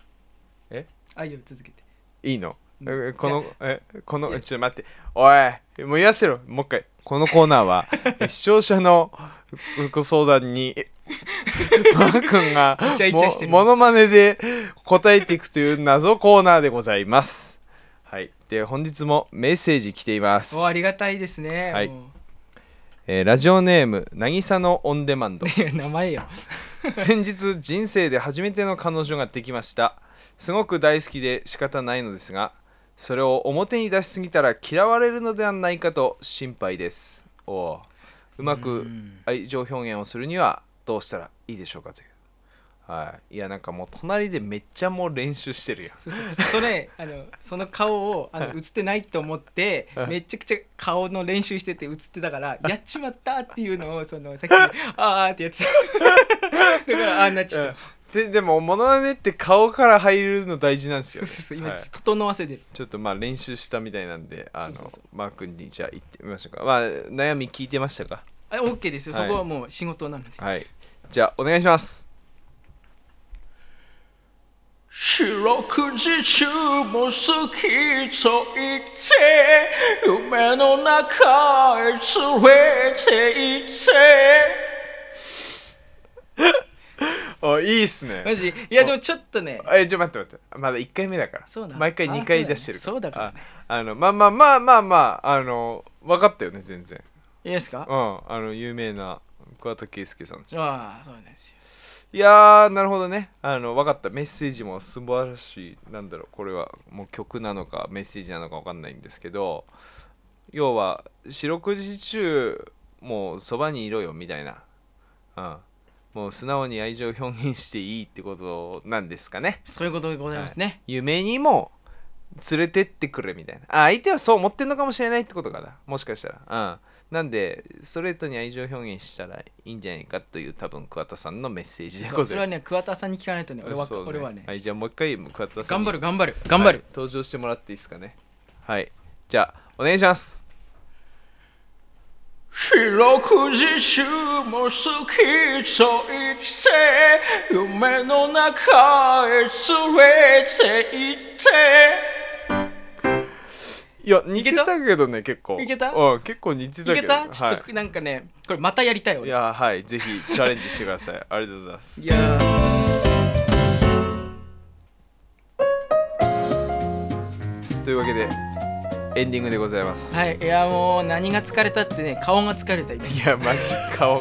[SPEAKER 2] あいいよ続けて
[SPEAKER 1] いいの
[SPEAKER 2] うん
[SPEAKER 1] えこの
[SPEAKER 2] じ、
[SPEAKER 1] え、この、
[SPEAKER 2] い
[SPEAKER 1] ちょ
[SPEAKER 2] や
[SPEAKER 1] っと待って、おい、もう言わせろ、もう一回。このコーナーは、 え視聴者のごご相談に、えマー君が
[SPEAKER 2] イチャイチャしてる
[SPEAKER 1] もモノマネで答えていくという謎コーナーでございます。はい。で、本日もメッセージ来ています。
[SPEAKER 2] おありがたいですね
[SPEAKER 1] はい
[SPEAKER 2] も
[SPEAKER 1] えーラジオネーム、なぎさのオンデマンド
[SPEAKER 2] う。い や名前よ
[SPEAKER 1] 先日人生で初めての彼女ができましたすごく大好きで仕方ないのですがそれを表に出しすぎたら嫌われるのではないかと心配ですおおうま
[SPEAKER 2] う
[SPEAKER 1] く
[SPEAKER 2] ん
[SPEAKER 1] 愛情表現をするにはどうしたらいいでしょうかというはいいやなんかもう隣でめっちゃもう練習してるやん
[SPEAKER 2] そうそうそれあのその顔をあの映ってないと思ってめちゃくちゃ顔の練習してて映ってたからやっちまったっていうのをその さっき「あー」ってやってただからあんなちょっと
[SPEAKER 1] ででもモノマネって顔から入るの大事なんですよ ね、
[SPEAKER 2] そうそうそう今
[SPEAKER 1] はい
[SPEAKER 2] 整わせてる
[SPEAKER 1] ちょっとまあ練習したみたいなんであの
[SPEAKER 2] そうそうそ
[SPEAKER 1] マー君にじゃあ行ってみましょうかまあ悩み聞いてましたか
[SPEAKER 2] あ OK ですよそ
[SPEAKER 1] はい
[SPEAKER 2] こはもう仕事なので
[SPEAKER 1] はい。じゃあ、お願いします。
[SPEAKER 3] 四六時中も好きと言って夢の中へ連れて行って
[SPEAKER 1] あ、いいっす
[SPEAKER 2] マ
[SPEAKER 1] ね。
[SPEAKER 2] ジいやでもちょっとね
[SPEAKER 1] え、ちょ、待って待って。まだ1回目だから。
[SPEAKER 2] そうなの
[SPEAKER 1] 毎回2回出してる
[SPEAKER 2] あそうだねそうだからね
[SPEAKER 1] ああの、まあまあまあまあまあ、あの、分かったよね、全然。
[SPEAKER 2] いいですか
[SPEAKER 1] うん。あの、有名な桑田佳祐さんです。
[SPEAKER 2] ああそうなんですよ
[SPEAKER 1] いやー、なるほどね。あの、分かった。メッセージも素晴らしい。なんだろう、これはもう曲なのか、メッセージなのか分かんないんですけど、要は、四六時中、もうそばにいろよみたいな。うん。もう素直に愛情を表現していいってことなんですかね。
[SPEAKER 2] そういうことでございますね、
[SPEAKER 1] 夢にも連れてってくれみたいなあ相手はそう思ってんのかもしれないってことかなもしかしたらうんなんでストレートに愛情表現したらいいんじゃないかという多分桑田さんのメッセージで
[SPEAKER 2] そ
[SPEAKER 1] ご
[SPEAKER 2] うそれ
[SPEAKER 1] ざ
[SPEAKER 2] はい
[SPEAKER 1] ま
[SPEAKER 2] ね桑田さんに聞かないとね俺は
[SPEAKER 1] すそう
[SPEAKER 2] 俺はね
[SPEAKER 1] はいじゃあもう一回桑田さん
[SPEAKER 2] 頑
[SPEAKER 1] に
[SPEAKER 2] 張る頑張る頑張る、
[SPEAKER 1] はい登場してもらっていいですかねはいじゃあお願いします
[SPEAKER 3] 四六時中も好きと言って夢の中へ連れて行って
[SPEAKER 1] いや似てたけどね結構
[SPEAKER 2] いけた
[SPEAKER 1] うん結構似てた
[SPEAKER 2] い
[SPEAKER 1] け
[SPEAKER 2] け
[SPEAKER 1] ど
[SPEAKER 2] たちょっ
[SPEAKER 1] は
[SPEAKER 2] となんかね、これまたやりたい
[SPEAKER 1] い、
[SPEAKER 2] 俺
[SPEAKER 1] いやはいぜひチャレンジしてくださいありがとうございます
[SPEAKER 2] いやー
[SPEAKER 1] というわけでエンディングでございます
[SPEAKER 2] はいいやもう何が疲れたってね顔が疲れた今
[SPEAKER 1] いやマジ顔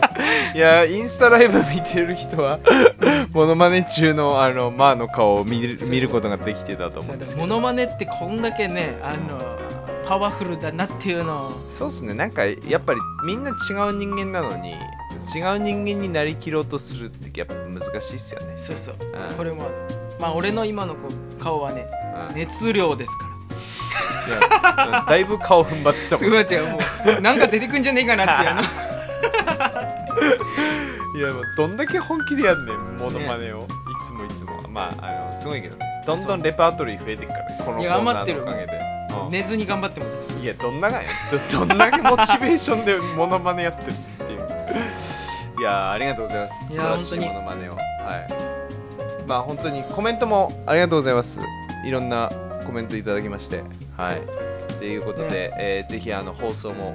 [SPEAKER 1] いやインスタライブ見てる人はモノマネ中のあのマーの顔を見る
[SPEAKER 2] そう
[SPEAKER 1] 見ることができてたと思うん
[SPEAKER 2] そう
[SPEAKER 1] で
[SPEAKER 2] だ
[SPEAKER 1] すけ
[SPEAKER 2] モ
[SPEAKER 1] ど
[SPEAKER 2] ノマネってこんだけねあのパワフルだなっていうのを
[SPEAKER 1] そうっすねなんかやっぱりみんな違う人間なのに違う人間になりきろうとするってやっぱ難しいっすよね、
[SPEAKER 2] そうそう
[SPEAKER 1] うん
[SPEAKER 2] これもまあ俺の今のこう顔はね
[SPEAKER 1] うんい
[SPEAKER 2] 熱量ですから
[SPEAKER 1] やうんだいぶ顔踏ん張ってた
[SPEAKER 2] す
[SPEAKER 1] もん
[SPEAKER 2] ごい待ってよもうなんか出てくんじゃねえかなっていうあの
[SPEAKER 1] いやもうどんだけ本気でやんねんモノマネを、いつもいつもまああのすごいけどどんどんレパートリー増えてくからこのコ
[SPEAKER 2] い
[SPEAKER 1] ー
[SPEAKER 2] や
[SPEAKER 1] ナーのお
[SPEAKER 2] 余
[SPEAKER 1] か
[SPEAKER 2] って
[SPEAKER 1] げで、うん
[SPEAKER 2] 寝ずに頑張ってもらって
[SPEAKER 1] いいやどんながやどどんだけモチベーションでモノマネやってるっていういやーありがとうございます
[SPEAKER 2] い
[SPEAKER 1] 素
[SPEAKER 2] や
[SPEAKER 1] 晴
[SPEAKER 2] ー
[SPEAKER 1] らしいモノマネをはいまあ本当にコメントもありがとうございますいろんなコメントいただきましてはいということで、えーぜひあの放送も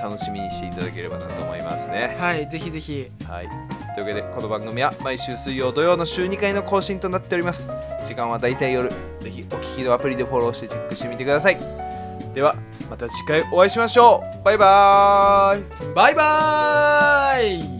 [SPEAKER 1] 楽しみにしていただければなと思いますね
[SPEAKER 2] はいぜひぜひ
[SPEAKER 1] はい、というわけでこの番組は毎週水曜土曜の週2回の更新となっております時間はだいたい夜ぜひお聞きのアプリでフォローしてチェックしてみてくださいではまた次回お会いしましょうバイバーイ
[SPEAKER 2] バイバーイ